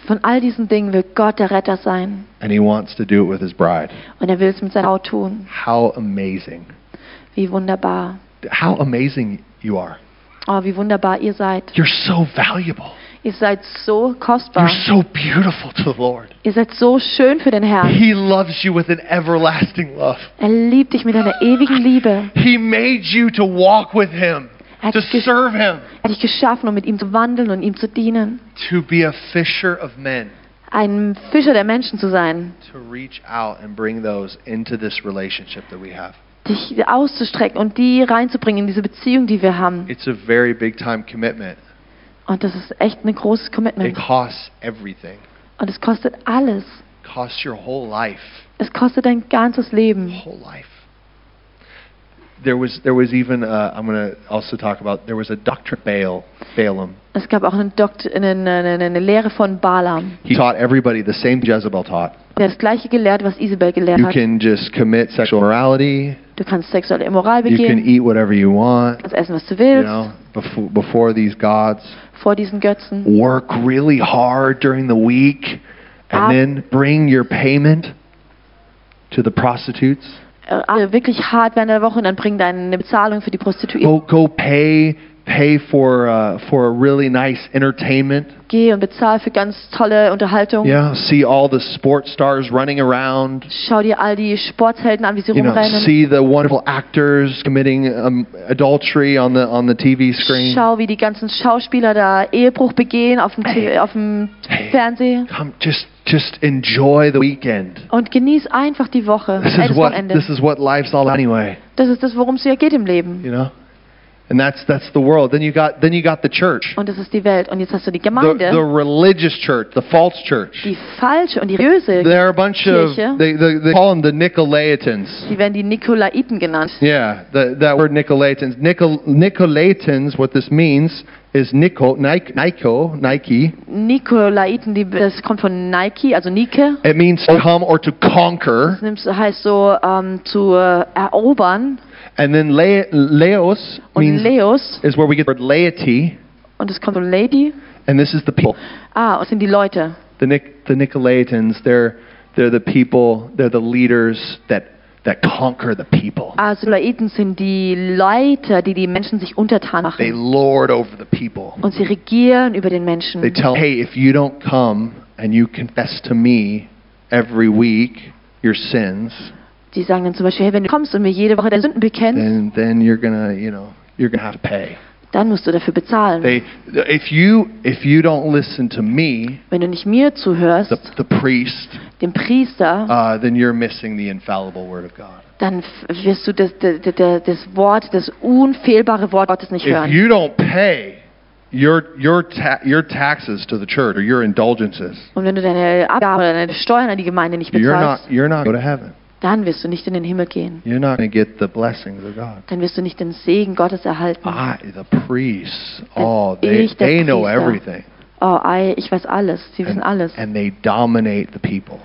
Von all diesen Dingen will Gott der Retter sein.
and He wants to do it with His bride.
Und er will es mit seiner Haut tun.
How amazing.
Wie wunderbar.
How amazing you are.
Oh, wie wunderbar ihr seid.
You're so valuable.
Ihr seid so kostbar.
You're so beautiful to the Lord.
Ihr seid so schön für den Herrn.
He loves you with an everlasting love.
Er liebt dich mit einer ewigen Liebe.
He made you to walk with Him,
Er hat
to
dich, gesch
serve Him,
er hat dich geschaffen, um mit ihm zu wandeln und ihm zu dienen.
to be a fisher of men,
Ein Fischer der Menschen zu sein.
to reach out and bring those into this relationship that we have.
Dich auszustrecken und die reinzubringen in diese Beziehung, die wir haben.
It's a very big time commitment.
Und das ist echt ein großes
It
Commitment.
costs everything.
Und es kostet alles.
It costs your whole life.
Es kostet dein ganzes Leben.
Whole life. There was there was even uh, I'm going to also talk about there was a Dr. Baal Balaam.
Es gab auch einen Dokt eine, eine, eine- eine Lehre von Balaam,
He taught everybody the same Jezebel taught.
der das gleiche gelehrt, was Isabel gelehrt
You
hat.
can just commit sexual morality.
Du kannst sexuelle Immoral
You can
begehen,
eat whatever you want.
kannst essen, was du
You
willst,
know, before, before these gods.
vor diesen Götzen.
Work really hard during the week,
Ah.
and then bring your payment to the prostitutes.
Äh, alle wirklich hart während der Woche und dann bring deine Bezahlung für die Prostituierten.
Go go pay pay for uh, for a really nice entertainment.
Geh und bezahl für ganz tolle Unterhaltung.
Yeah, see all the sports stars running around.
Schau dir all die Sporthelden an, wie sie
You know,
rumrennen.
see the wonderful actors committing um, adultery on the on the TV screen.
Schau, wie die ganzen Schauspieler da Ehebruch begehen auf dem, T- auf dem
Hey.
Fernseher.
Come, just just enjoy the weekend.
Und genieß einfach die Woche,
This
äh,
is
das
what
Wochenende.
this is what life's all about anyway.
Das ist das, worum es ja geht im Leben.
You know, and that's that's the world. Then you got then you got the church,
Und das ist die Welt. Und jetzt hast du die
the,
Gemeinde,
the religious church, the false church.
die falsche und die religiöse.
They're a bunch of
Kirche.
they they, they call them the Nicolaitans.
Die werden die Nikolaiten genannt.
Yeah, the, that word Nicolaitans. Nicol, Nicolaitans, what this means is Nico, Nike, Nike, Nike.
Nikolaiten, die, das kommt von Nike, also Nike.
It means to come or to conquer.
Das nimmst- heißt so ähm, zu äh, erobern.
And then le, Leos
Und
means
Leos,
is where we get the word laity,
und es kommt von Lady.
and this is the people.
Ah, und sind die Leute.
The Nic, the Nicolaitans, they're they're the people, they're the leaders that that conquer the people.
Also Laiten sind die Leiter, die die Menschen sich untertan
They
machen.
lord over the people.
Und sie regieren über den
They
Menschen.
tell, hey, if you don't come and you confess to me every week your sins,
Die sagen dann zum Beispiel, hey, wenn du kommst und mir jede Woche deine Sünden bekennst,
then then you're gonna you know you're gonna have to pay.
dann musst du dafür bezahlen.
They if you if you don't listen to me,
Wenn du nicht mir zuhörst,
the the priest,
dem Priester,
uh, then you're missing the infallible word of God.
dann f- wirst du das, das, das, das Wort, das unfehlbare Wort Gottes nicht
If
hören.
you don't pay your your ta- your taxes to the church or your indulgences,
Und wenn du deine Abgaben oder deine Steuern an die Gemeinde nicht
you're
bezahlst,
not you're not going to heaven.
dann wirst du nicht in den Himmel gehen.
You're not going to get the blessings of God.
Dann wirst du nicht den Segen Gottes erhalten.
I the priests, Ah, oh, they
Ich, der
they know
Priester.
everything,
Oh, ei, ich weiß alles. Sie wissen alles.
and they dominate the people.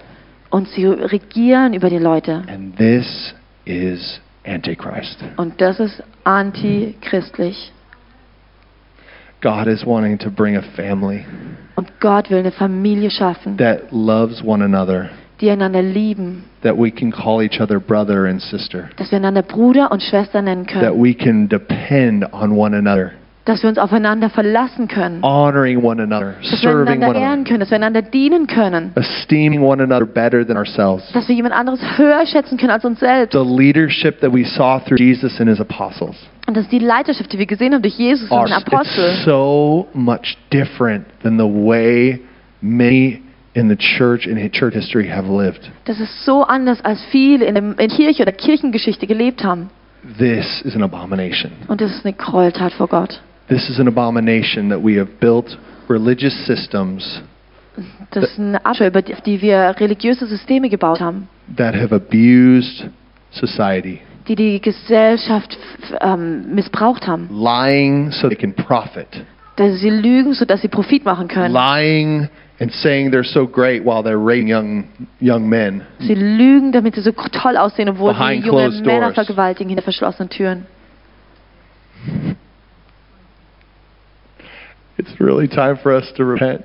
Und sie regieren über die Leute.
And this is Antichrist.
Und das ist antichristlich.
God is wanting to bring a family
Und Gott will eine Familie schaffen,
that loves one another,
die einander lieben.
that we can call each other brother and sister,
Dass wir einander Bruder und Schwester nennen
that
können.
we can depend on one another,
Dass wir uns aufeinander verlassen können.
honoring one another,
Dass wir
serving one
einander
another,
ehren können. Dass wir einander dienen können.
esteeming one another better than ourselves.
Dass wir jemand anderes höher schätzen können als uns selbst.
The leadership that we saw through Jesus and his apostles
Und dass die Leiterschaft, die wir gesehen haben durch Jesus und den
it's
Apostel,
so much different than the way many in the church in church history have lived.
das ist so anders, als viele in der in Kirche oder Kirchengeschichte gelebt haben.
This is an abomination.
Und das ist eine Gräueltat vor Gott.
This is an abomination that we have built religious systems
Das ist eine Abschau, über die, auf die wir religiöse Systeme gebaut haben,
that have abused society,
die die Gesellschaft f- ähm, missbraucht haben,
lying so they can profit,
Denn sie lügen, sodass sie Profit machen können.
lying and saying they're so great while they're raping young, young men.
Sie lügen, damit sie so toll aussehen, obwohl sie
Behind
junge
closed
Männer
doors.
vergewaltigen hinter verschlossenen Türen.
It's really time for us to repent.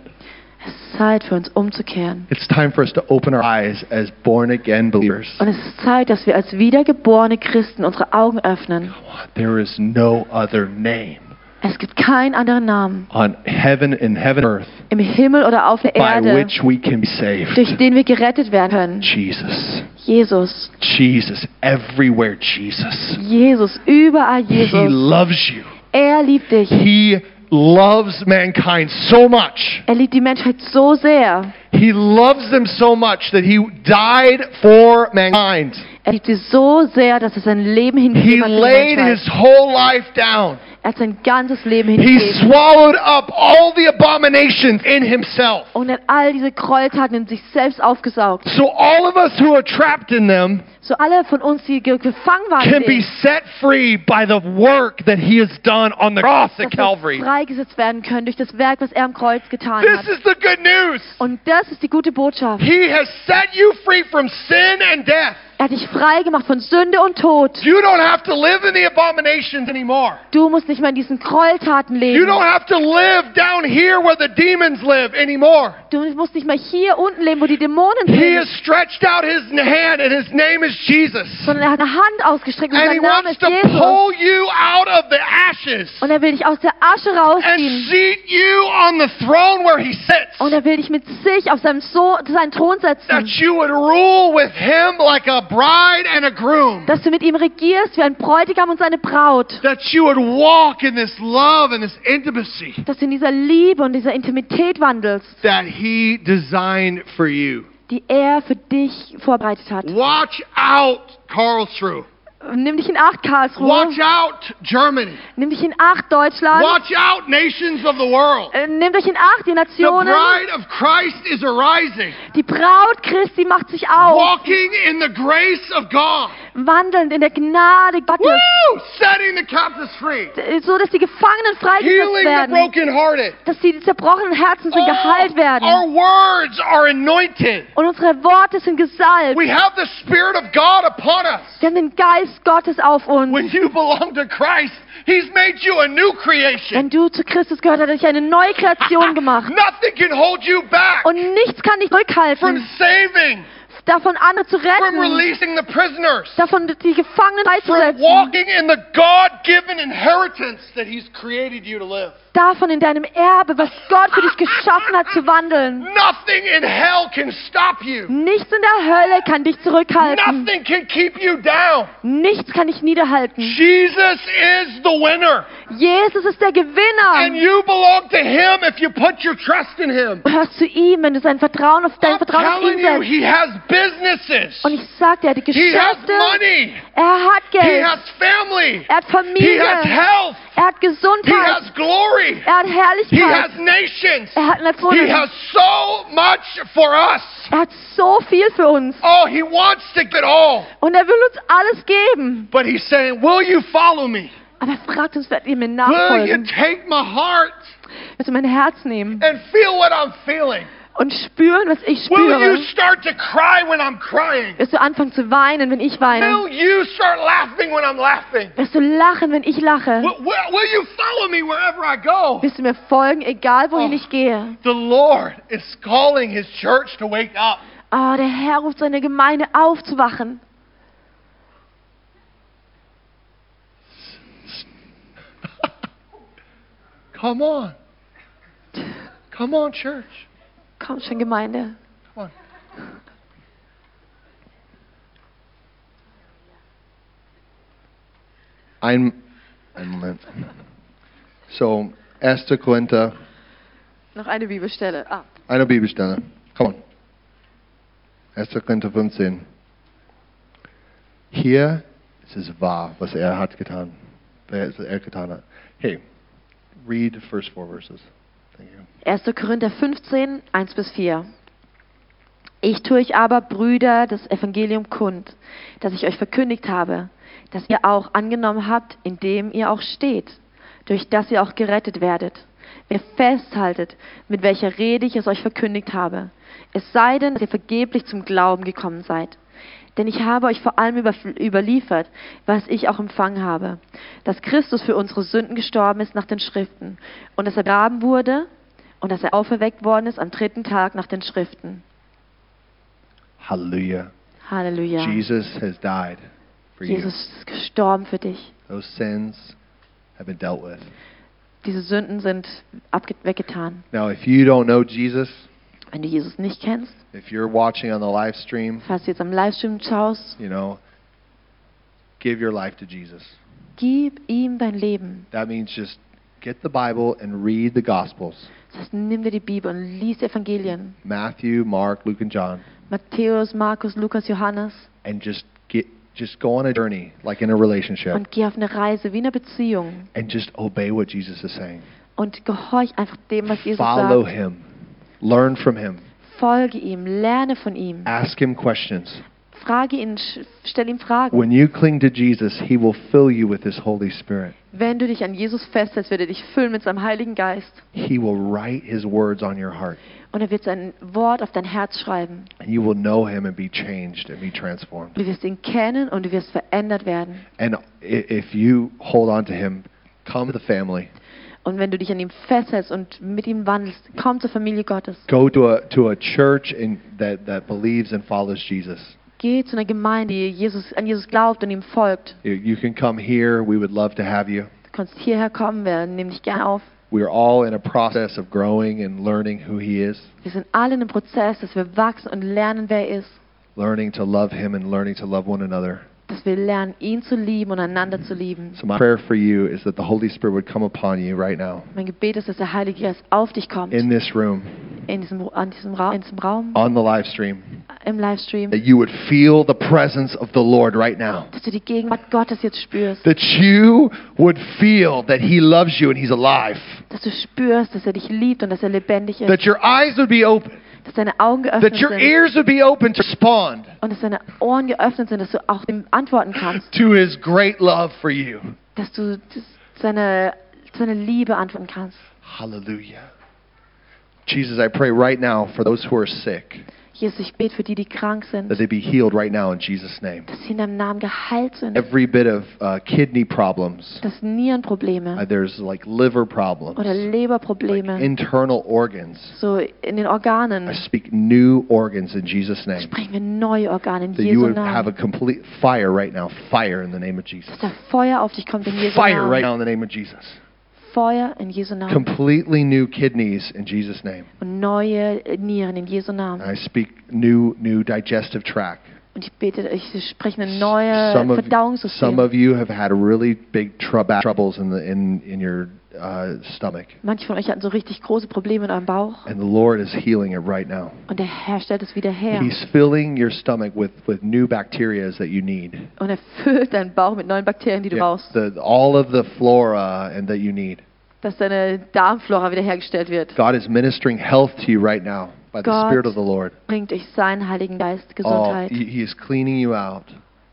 Es ist Zeit für uns umzukehren.
It's time for us to open our eyes as born again believers.
Und es ist Zeit, dass wir als wiedergeborene Christen unsere Augen öffnen.
There is no other name
Es gibt keinen anderen Namen
on heaven in heaven and earth
im Himmel oder auf der
by
Erde,
which we can be saved.
durch den wir gerettet werden können.
Jesus.
Jesus.
Jesus. Everywhere Jesus.
Jesus. Überall
He
Jesus.
loves you.
Er liebt dich.
He loves mankind so much.
Er liebt die Menschheit so sehr.
He loves them so much that he died for mankind.
Er liebt sie so sehr, dass er sein Leben
He
hingegeben hat. für die
laid
Menschheit.
his whole life down.
er hat sein ganzes Leben
He
hingegeben.
swallowed up all the abominations in himself.
Und hat all diese Gräueltaten in sich selbst aufgesaugt.
So all of us who are trapped in them
So alle von uns, die ge- gefangen waren,
can
in
be
dem,
set free by the work that he has done on the cross at
dass
Calvary.
wir freigesetzt werden können durch das Werk, was er am Kreuz getan
This
hat.
is the good news.
Und das ist die gute Botschaft.
He has set you free from sin and death.
Er hat dich frei gemacht von Sünde und Tod.
You don't have to live in the abominations anymore.
Du musst nicht mehr in diesen Gräueltaten
You
leben.
don't have to live down here where the demons live anymore.
Du musst nicht mehr hier unten leben, wo die Dämonen
He
sind.
has stretched out his hand and his name is Jesus.
Sondern er hat eine Hand ausgestreckt und
And he
sein Name
wants
ist
to
Jesus.
pull you out of the ashes
Und er will dich aus der Asche
and
rausziehen.
seat you on the throne where he
Und
sits.
er will dich mit sich auf seinem so seinen Thron
That
setzen.
you would rule with him like a bride and a groom.
Dass du mit ihm regierst wie ein Bräutigam und seine Braut.
That you would walk in this love and this intimacy
Dass du in dieser Liebe und dieser Intimität wandelst,
that he designed for you.
die er für dich vorbereitet hat.
Watch out, Karlsruhe.
Nimm dich in Acht,
Watch
Karlsruhe.
out, Germany.
Nimm dich in Acht, Deutschland.
Watch out, nations of the world.
Äh, Nehmt euch in Acht, ihr
The
Nationen.
bride of Christ is arising,
Die Braut Christi macht sich auf,
walking in the grace of God.
wandelnd in der Gnade Gottes,
Woo! Setting the captives free,
äh, so dass die Gefangenen freigesetzt
healing the Oh,
werden,
brokenhearted.
dass die zerbrochenen Herzen sind geheilt
our
werden
words are anointed.
und unsere Worte sind gesalbt.
We have the Spirit of God upon us.
Wir haben den Geist Gottes auf
When
uns.
you belong to Christ, He's made you a new creation.
Wenn du zu Christus gehört hast, hat er dich eine neue Kreation gemacht.
Nothing can hold you back
Und nichts kann dich
from
zurückhalten,
saving,
davon andere zu
from
retten,
releasing the prisoners.
davon die Gefangenen
from
freizusetzen,
walking in the God-given inheritance that He's created you to live.
davon in deinem Erbe, was Gott für dich geschaffen hat, zu wandeln.
Nothing in hell can stop you.
Nichts in der Hölle kann dich zurückhalten.
Nothing can keep you down.
Nichts kann dich niederhalten.
Jesus is the winner,
Jesus ist der
and
Gewinner.
you belong to Him if you put your trust in Him.
Du hörst zu ihm, wenn du sein Vertrauen auf dein
I'm
Vertrauen auf
telling
ihn
you,
setzt.
He has businesses.
Und ich sag dir, er hat die
He has
Geschäfte,
money.
er hat
He
Geld,
has family.
er hat
He has
Familie,
health.
er hat
He has
Gesundheit,
glory.
er hat
He has
Herrlichkeit,
nations.
er hat
He
Nationen.
has so much for us.
Er hat so viel für uns
Oh, He wants to get all.
und er will uns alles geben.
But he's saying, Will you follow me?
Aber er fragt uns, werdet ihr mir
Will you
nachfolgen?
take my heart
Wirst du mein Herz nehmen
and feel what I'm feeling?
und spüren, was ich
Will you
spüre?
start to cry when I'm crying?
Wirst du anfangen zu weinen, wenn ich weine?
Will you start laughing when I'm laughing?
Wirst du lachen, wenn ich lache?
Will, will- will you follow me wherever I go?
Wirst du mir folgen, egal wohin
Oh.
ich gehe?
The Lord is calling his church to wake up.
Ah, der Herr ruft seine Gemeinde auf zu wachen.
Come on. Come on, church.
Komm schon, Gemeinde.
Come on. Ein, ein Moment. So, 1. Korinther,
Noch eine Bibelstelle. Ah.
eine Bibelstelle. Come on. 1. Korinther 15. Hier ist es wahr, was er hat getan. Was er getan hat. Hey, read the first four verses. Thank you.
1. Korinther 15, 1 bis 4. Ich tue euch aber, Brüder, das Evangelium kund, das ich euch verkündigt habe, das ihr auch angenommen habt, in dem ihr auch steht, durch das ihr auch gerettet werdet, Wer festhaltet, mit welcher Rede ich es euch verkündigt habe, es sei denn, dass ihr vergeblich zum Glauben gekommen seid. Denn ich habe euch vor allem über, überliefert, was ich auch empfangen habe, dass Christus für unsere Sünden gestorben ist nach den Schriften und dass er begraben wurde und dass er auferweckt worden ist am dritten Tag nach den Schriften.
Hallelujah.
Halleluja.
Jesus has died for
Jesus ist gestorben für dich.
you. Those sins have been dealt with.
Diese Sünden sind abge weggetan.
Now, if you don't know Jesus,
Wenn du Jesus nicht kennst,
if you're watching on the live stream,
falls du jetzt am Livestream schaust,
you know, give your life to Jesus.
gib ihm dein Leben.
That means just get the Bible and read the Gospels
Das heißt, nimm dir die Bibel und lies die Evangelien.
Matthew, Mark, Luke, and John
Matthäus, Markus, Lukas, Johannes.
and just get just go on a journey like in a relationship
Und geh auf eine Reise wie in einer Beziehung.
and just obey what Jesus is saying.
Und gehorch einfach dem, was Jesus
Follow
sagt.
him. Learn from him.
Folge ihm, lerne von ihm.
Ask him questions.
Frage ihn, sch- stell ihm Fragen.
When you cling to Jesus, he will fill you with his Holy Spirit.
Wenn du dich an Jesus festhältst, wird er dich füllen mit seinem Heiligen Geist.
He will write his words on your heart,
Und er wird sein Wort auf dein Herz schreiben.
and you will know him and be changed and be transformed.
Du wirst ihn kennen und du wirst verändert werden.
And i- if you hold on to him, come to the family.
Und wenn du dich an ihm festhältst und mit ihm wandelst, komm zur Familie Gottes.
Go to a to a church in, that that believes and follows Jesus.
Geh zu einer Gemeinde, die Jesus, an Jesus glaubt und ihm folgt.
You- You can come here. We would love to have you.
Du kannst hierher kommen, wir nehmen dich gerne auf.
We are all in a process of growing and learning who he is,
Wir sind alle in einem Prozess, dass wir wachsen und lernen, wer er ist.
learning to love him and learning to love one another.
Dass wir lernen, ihn zu lieben und einander zu lieben.
So my prayer for you is that the Holy Spirit would come upon you right now
Mein Gebet ist, dass der Heilige Geist auf dich kommt.
in Oh. this room,
in diesem, an diesem Raum, in diesem Raum
on the live stream,
im Livestream,
that you would feel the presence of the Lord right now.
dass du die Gegenwart Gottes jetzt spürst,
That you would feel that he loves you and he's alive.
dass du spürst, dass er dich liebt und dass er lebendig ist,
That your eyes would be open.
dass deine Augen geöffnet
That your
sind
ears would be open to respond
und dass deine Ohren geöffnet sind, dass du auch ihm antworten kannst,
to his great love for you.
dass du das- seine, seine Liebe antworten kannst.
Hallelujah. Jesus, I pray right now for those who are sick
Jesus, ich bete für die, die krank sind,
that they be healed right now in Jesus' name.
dass sie in deinem Namen geheilt sind,
Every bit of uh, kidney problems,
dass
uh,
Nierenprobleme
there's like liver
oder
problems,
Leberprobleme
internal organs.
so in den
I
Organen
speak new organs in Jesus' name.
sprechen wir neue Organe in
That you
Jesu
would have a
Namen.
complete fire right now. Fire in the name of Jesus.
Dass da Feuer auf dich kommt in Jesu
Fire right
Namen.
now in the name of Jesus.
Feuer in Jesu Namen.
Completely new kidneys in Jesus' name.
und neue Nieren in Jesu
And
Namen.
I speak new, new digestive tract.
Und ich bete, ich spreche eine
Some
neue
of, some
Verdauungssystem.
of you have had really big troub- troubles in, the, in, in your uh, stomach.
Manche von euch hatten so richtig große Probleme in eurem Bauch
And the Lord is healing it right now.
und der Herr stellt es wieder her
He's filling your stomach with, with new bacteria that you need.
und er füllt deinen Bauch mit neuen Bakterien, die du
Yeah,
brauchst,
the, all of the flora and that you need.
dass deine Darmflora wiederhergestellt wird.
God is ministering health to you right now by the
God.
Spirit of the Lord.
Bringt durch seinen Heiligen Geist
Oh,
Gesundheit.
he, he is cleaning you out.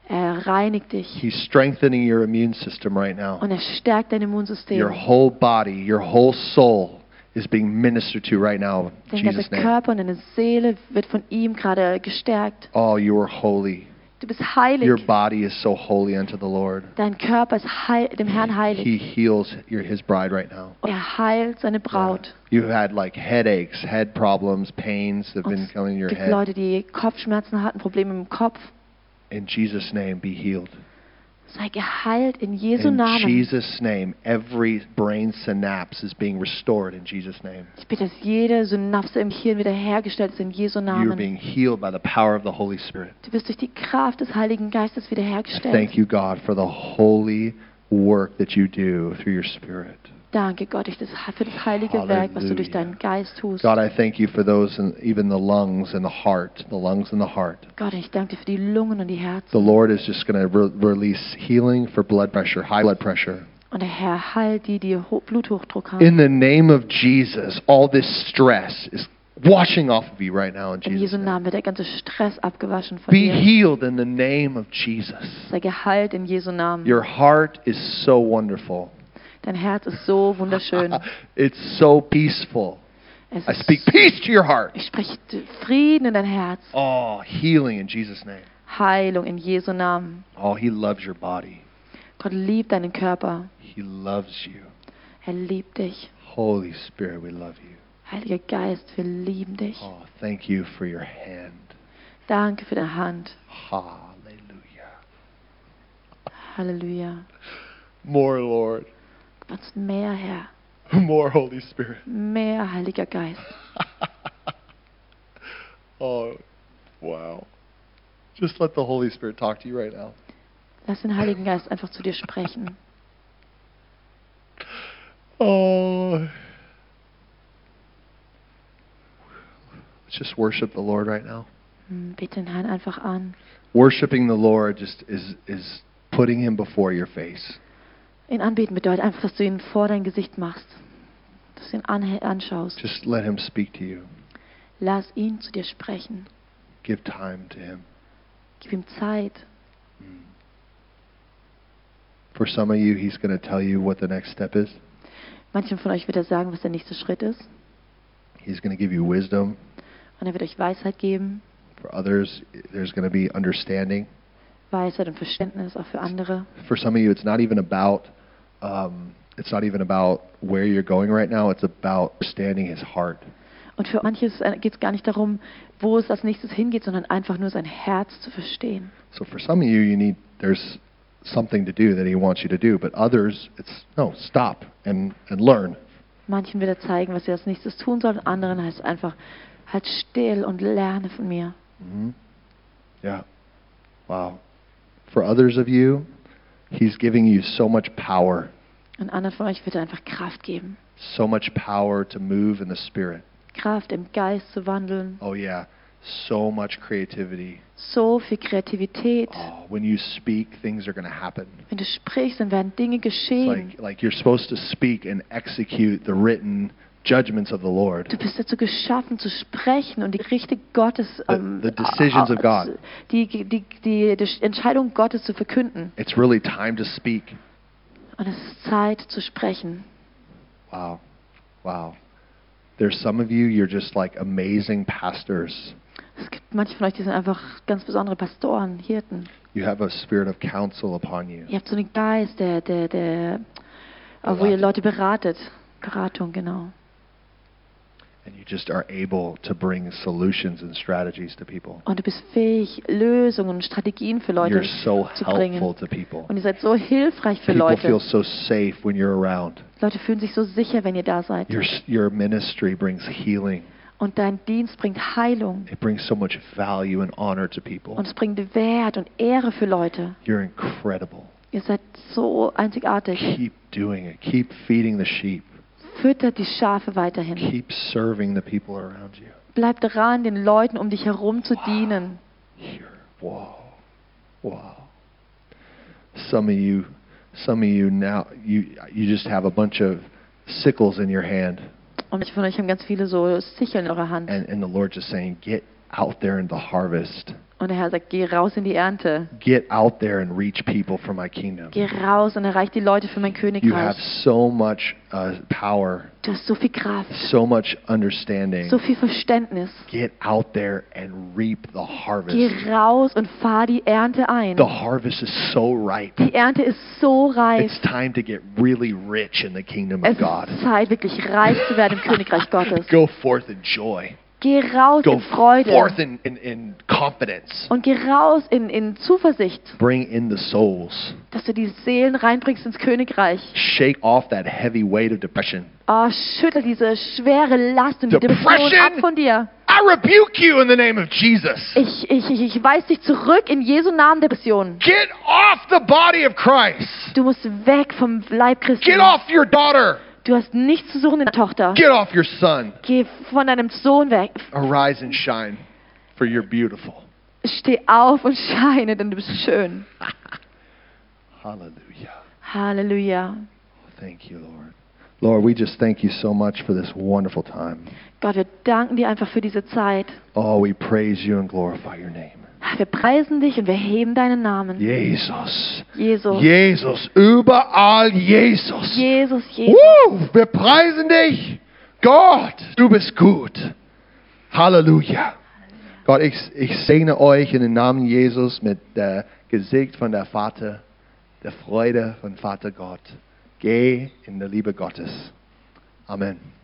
Er reinigt dich
He's strengthening your immune system right now.
und er stärkt dein
Your
Immunsystem.
whole body, your whole soul is being ministered to right now in
Dein ganzer
Jesus' name.
Körper und deine Seele wird von ihm gerade gestärkt.
Oh, you are holy.
Du bist
Your
heilig.
body is so holy unto the Lord.
Dein Körper ist heil dem Herrn heilig.
He heals your, his bride right now.
Und er heilt seine Braut.
You've had like headaches, head problems, pains that have
Und
been
es
coming in your
gibt
head.
Leute, die Kopfschmerzen hatten, Probleme im Kopf.
In Jesus' name, be healed.
Sei geheilt in Jesu
In
Namen.
Jesus' name, every brain synapse is being restored in Jesus' name.
Ich bitte, dass jede Synapse im Hirn wiederhergestellt ist in Jesu
You're
Namen.
being healed by the power of the Holy Spirit.
Du wirst durch die Kraft des Heiligen Geistes
I
wiederhergestellt.
Thank you, God, for the holy work that you do through your Spirit.
Danke Gott durch das, für das heilige Werk, was du durch deinen Geist tust.
God, I thank you for those, in, even the lungs and the heart, the lungs and the heart.
Gott, ich danke dir für die Lungen und die Herzen.
The Lord is just going to re- release healing for blood pressure, high blood pressure.
Und der Herr heilt die, die Ho Bluthochdruck haben.
In the name of Jesus, all this stress is washing off of you right now in
in
Jesus'
Jesu
name.
Namen wird der ganze Stress abgewaschen von
Be
dir.
healed in the name of Jesus.
Sei geheilt in Jesu Namen.
Your heart is so wonderful.
Dein Herz ist so wunderschön.
It's so peaceful.
Es
I
ist,
speak peace to your heart.
ich spreche Frieden in dein Herz.
Oh, healing in Jesus' name.
Heilung in Jesu Namen.
Oh, He loves your body.
Gott liebt deinen Körper.
He loves you.
Er liebt dich.
Holy Spirit, we love you.
Heiliger Geist, wir lieben dich.
Oh, thank you for your hand.
Danke für deine Hand.
Hallelujah.
Halleluja.
More, Lord.
Gib uns mehr, Herr.
More, Holy Spirit.
Mehr, Heiliger Geist.
oh, wow. Just let the Holy Spirit talk to you right now.
Lass den Heiligen Geist einfach zu dir sprechen.
Oh. Let's just worship the Lord right now.
Hm, Bete den Herrn einfach an.
Worshiping the Lord just is is putting him before your face.
Ihn anbeten bedeutet einfach, dass du ihn vor dein Gesicht machst. Dass du ihn anhe- anschaust.
Just let him speak to you.
Lass ihn zu dir sprechen.
Give time to him.
Gib ihm Zeit.
For some of you, he's going to tell you what the next step is.
Manchen von euch wird er sagen, was der nächste Schritt ist.
He's going to give you wisdom.
Und er wird euch Weisheit geben.
For others, there's going to be understanding.
Weisheit und Verständnis auch für andere.
for some of you, it's not even about um, it's not even about where you're going right now. It's about understanding His heart.
Und für manche geht es gar nicht darum, wo es als nächstes hingeht, sondern einfach nur sein Herz zu verstehen.
So for some of you, you need there's something to do that He wants you to do. But others, it's no stop and and learn.
Manchen wird er zeigen, was sie als nächstes tun sollen. Anderen heißt es einfach, halt still und lerne von mir.
hmm Yeah, wow. For others of you, He's giving you so much power,
Und anderen von euch wird er einfach Kraft geben.
so much power to move in the Spirit.
Kraft im Geist zu wandeln.
Oh yeah, so much creativity.
So viel Kreativität.
Oh, when you speak, things are going to happen.
Wenn du sprichst, dann werden Dinge
It's
geschehen.
like like you're supposed to speak and execute the written judgments of the
Du
Lord.
bist dazu geschaffen, zu sprechen und die Gerichte Gottes,
The-
ähm, äh,
the decisions of God.
Die, die, die, die Entscheidung Gottes zu verkünden.
It's really time to speak.
Und es ist Zeit zu sprechen.
Wow. Wow. There's some of you you're just like amazing pastors.
Es gibt manche von euch, die sind einfach ganz besondere Pastoren, Hirten.
You have a spirit of counsel upon you.
Ihr habt so einen Geist, der, der, der, äh, wo
Beratung.
ihr Leute beratet. Beratung, genau.
And you just are able to bring solutions and strategies to people.
Und du bist fähig, Lösungen und Strategien für Leute
You're so
zu bringen.
helpful to people.
Und ihr seid so hilfreich für
People feel
Leute.
so safe when you're around.
Leute fühlen sich so sicher, wenn ihr da seid.
Your s- your ministry brings healing.
Und dein Dienst bringt Heilung.
It brings so much value and honor to people.
Und es bringt Wert und Ehre für Leute.
You're incredible.
Ihr seid so einzigartig.
Keep doing it. Keep feeding the sheep.
Füttert die Schafe weiterhin.
Keep serving the people around you.
Bleibt dran, den Leuten um dich herum zu dienen.
Here. Wow. Wow. Some of you some of you now you you just have a bunch of sickles in your hand
Und manche von euch haben ganz viele so Sicheln in eurer Hand.
and, and the Lord just saying, Get out there in the harvest.
Und der Herr sagt, geh raus in die Ernte.
Get out there and reach people for my kingdom.
Geh raus und erreich die Leute für mein
You have
Königreich.
so much uh, power,
Du hast so viel Kraft,
so much understanding.
so viel Verständnis.
Get out there and reap the
Geh
harvest.
raus und fahr die Ernte ein.
The harvest is so ripe.
Die Ernte ist so reif.
It's time to get really rich in the kingdom
Es
of God.
ist Zeit, wirklich reich zu werden im Königreich Gottes.
Go forth in joy.
Geh raus
Go
in Freude
forth in, in, in confidence.
und geh raus in, in Zuversicht,
Bring in the souls.
dass du die Seelen reinbringst ins Königreich.
Shake off that heavy weight of depression.
Oh, schüttel diese schwere Last und die Depression
Depression.
ab von dir.
I rebuke you in the name of Jesus.
Ich, ich, ich, ich weise dich zurück in Jesu Namen, Depression.
Get off the body of Christ.
Du musst weg vom Leib Christi.
Get off your daughter.
Du hast nichts zu suchen in der Tochter.
Get off your son.
Geh von deinem Sohn weg.
Arise and shine, for you're beautiful.
Steh auf und scheine, denn du bist schön.
Hallelujah.
Halleluja.
Thank you, Lord. Lord, we just thank you so much for this wonderful time.
Gott, wir danken dir einfach für diese Zeit.
Oh, we praise you and glorify your name.
Wir preisen dich und wir heben deinen Namen.
Jesus.
Jesus.
Jesus. Überall Jesus.
Jesus, Jesus.
Woo, wir preisen dich. Gott, du bist gut. Halleluja. Gott, ich, ich segne euch in den Namen Jesus mit der Gesicht von der Vater, der Freude von Vater Gott. Geh in der Liebe Gottes. Amen.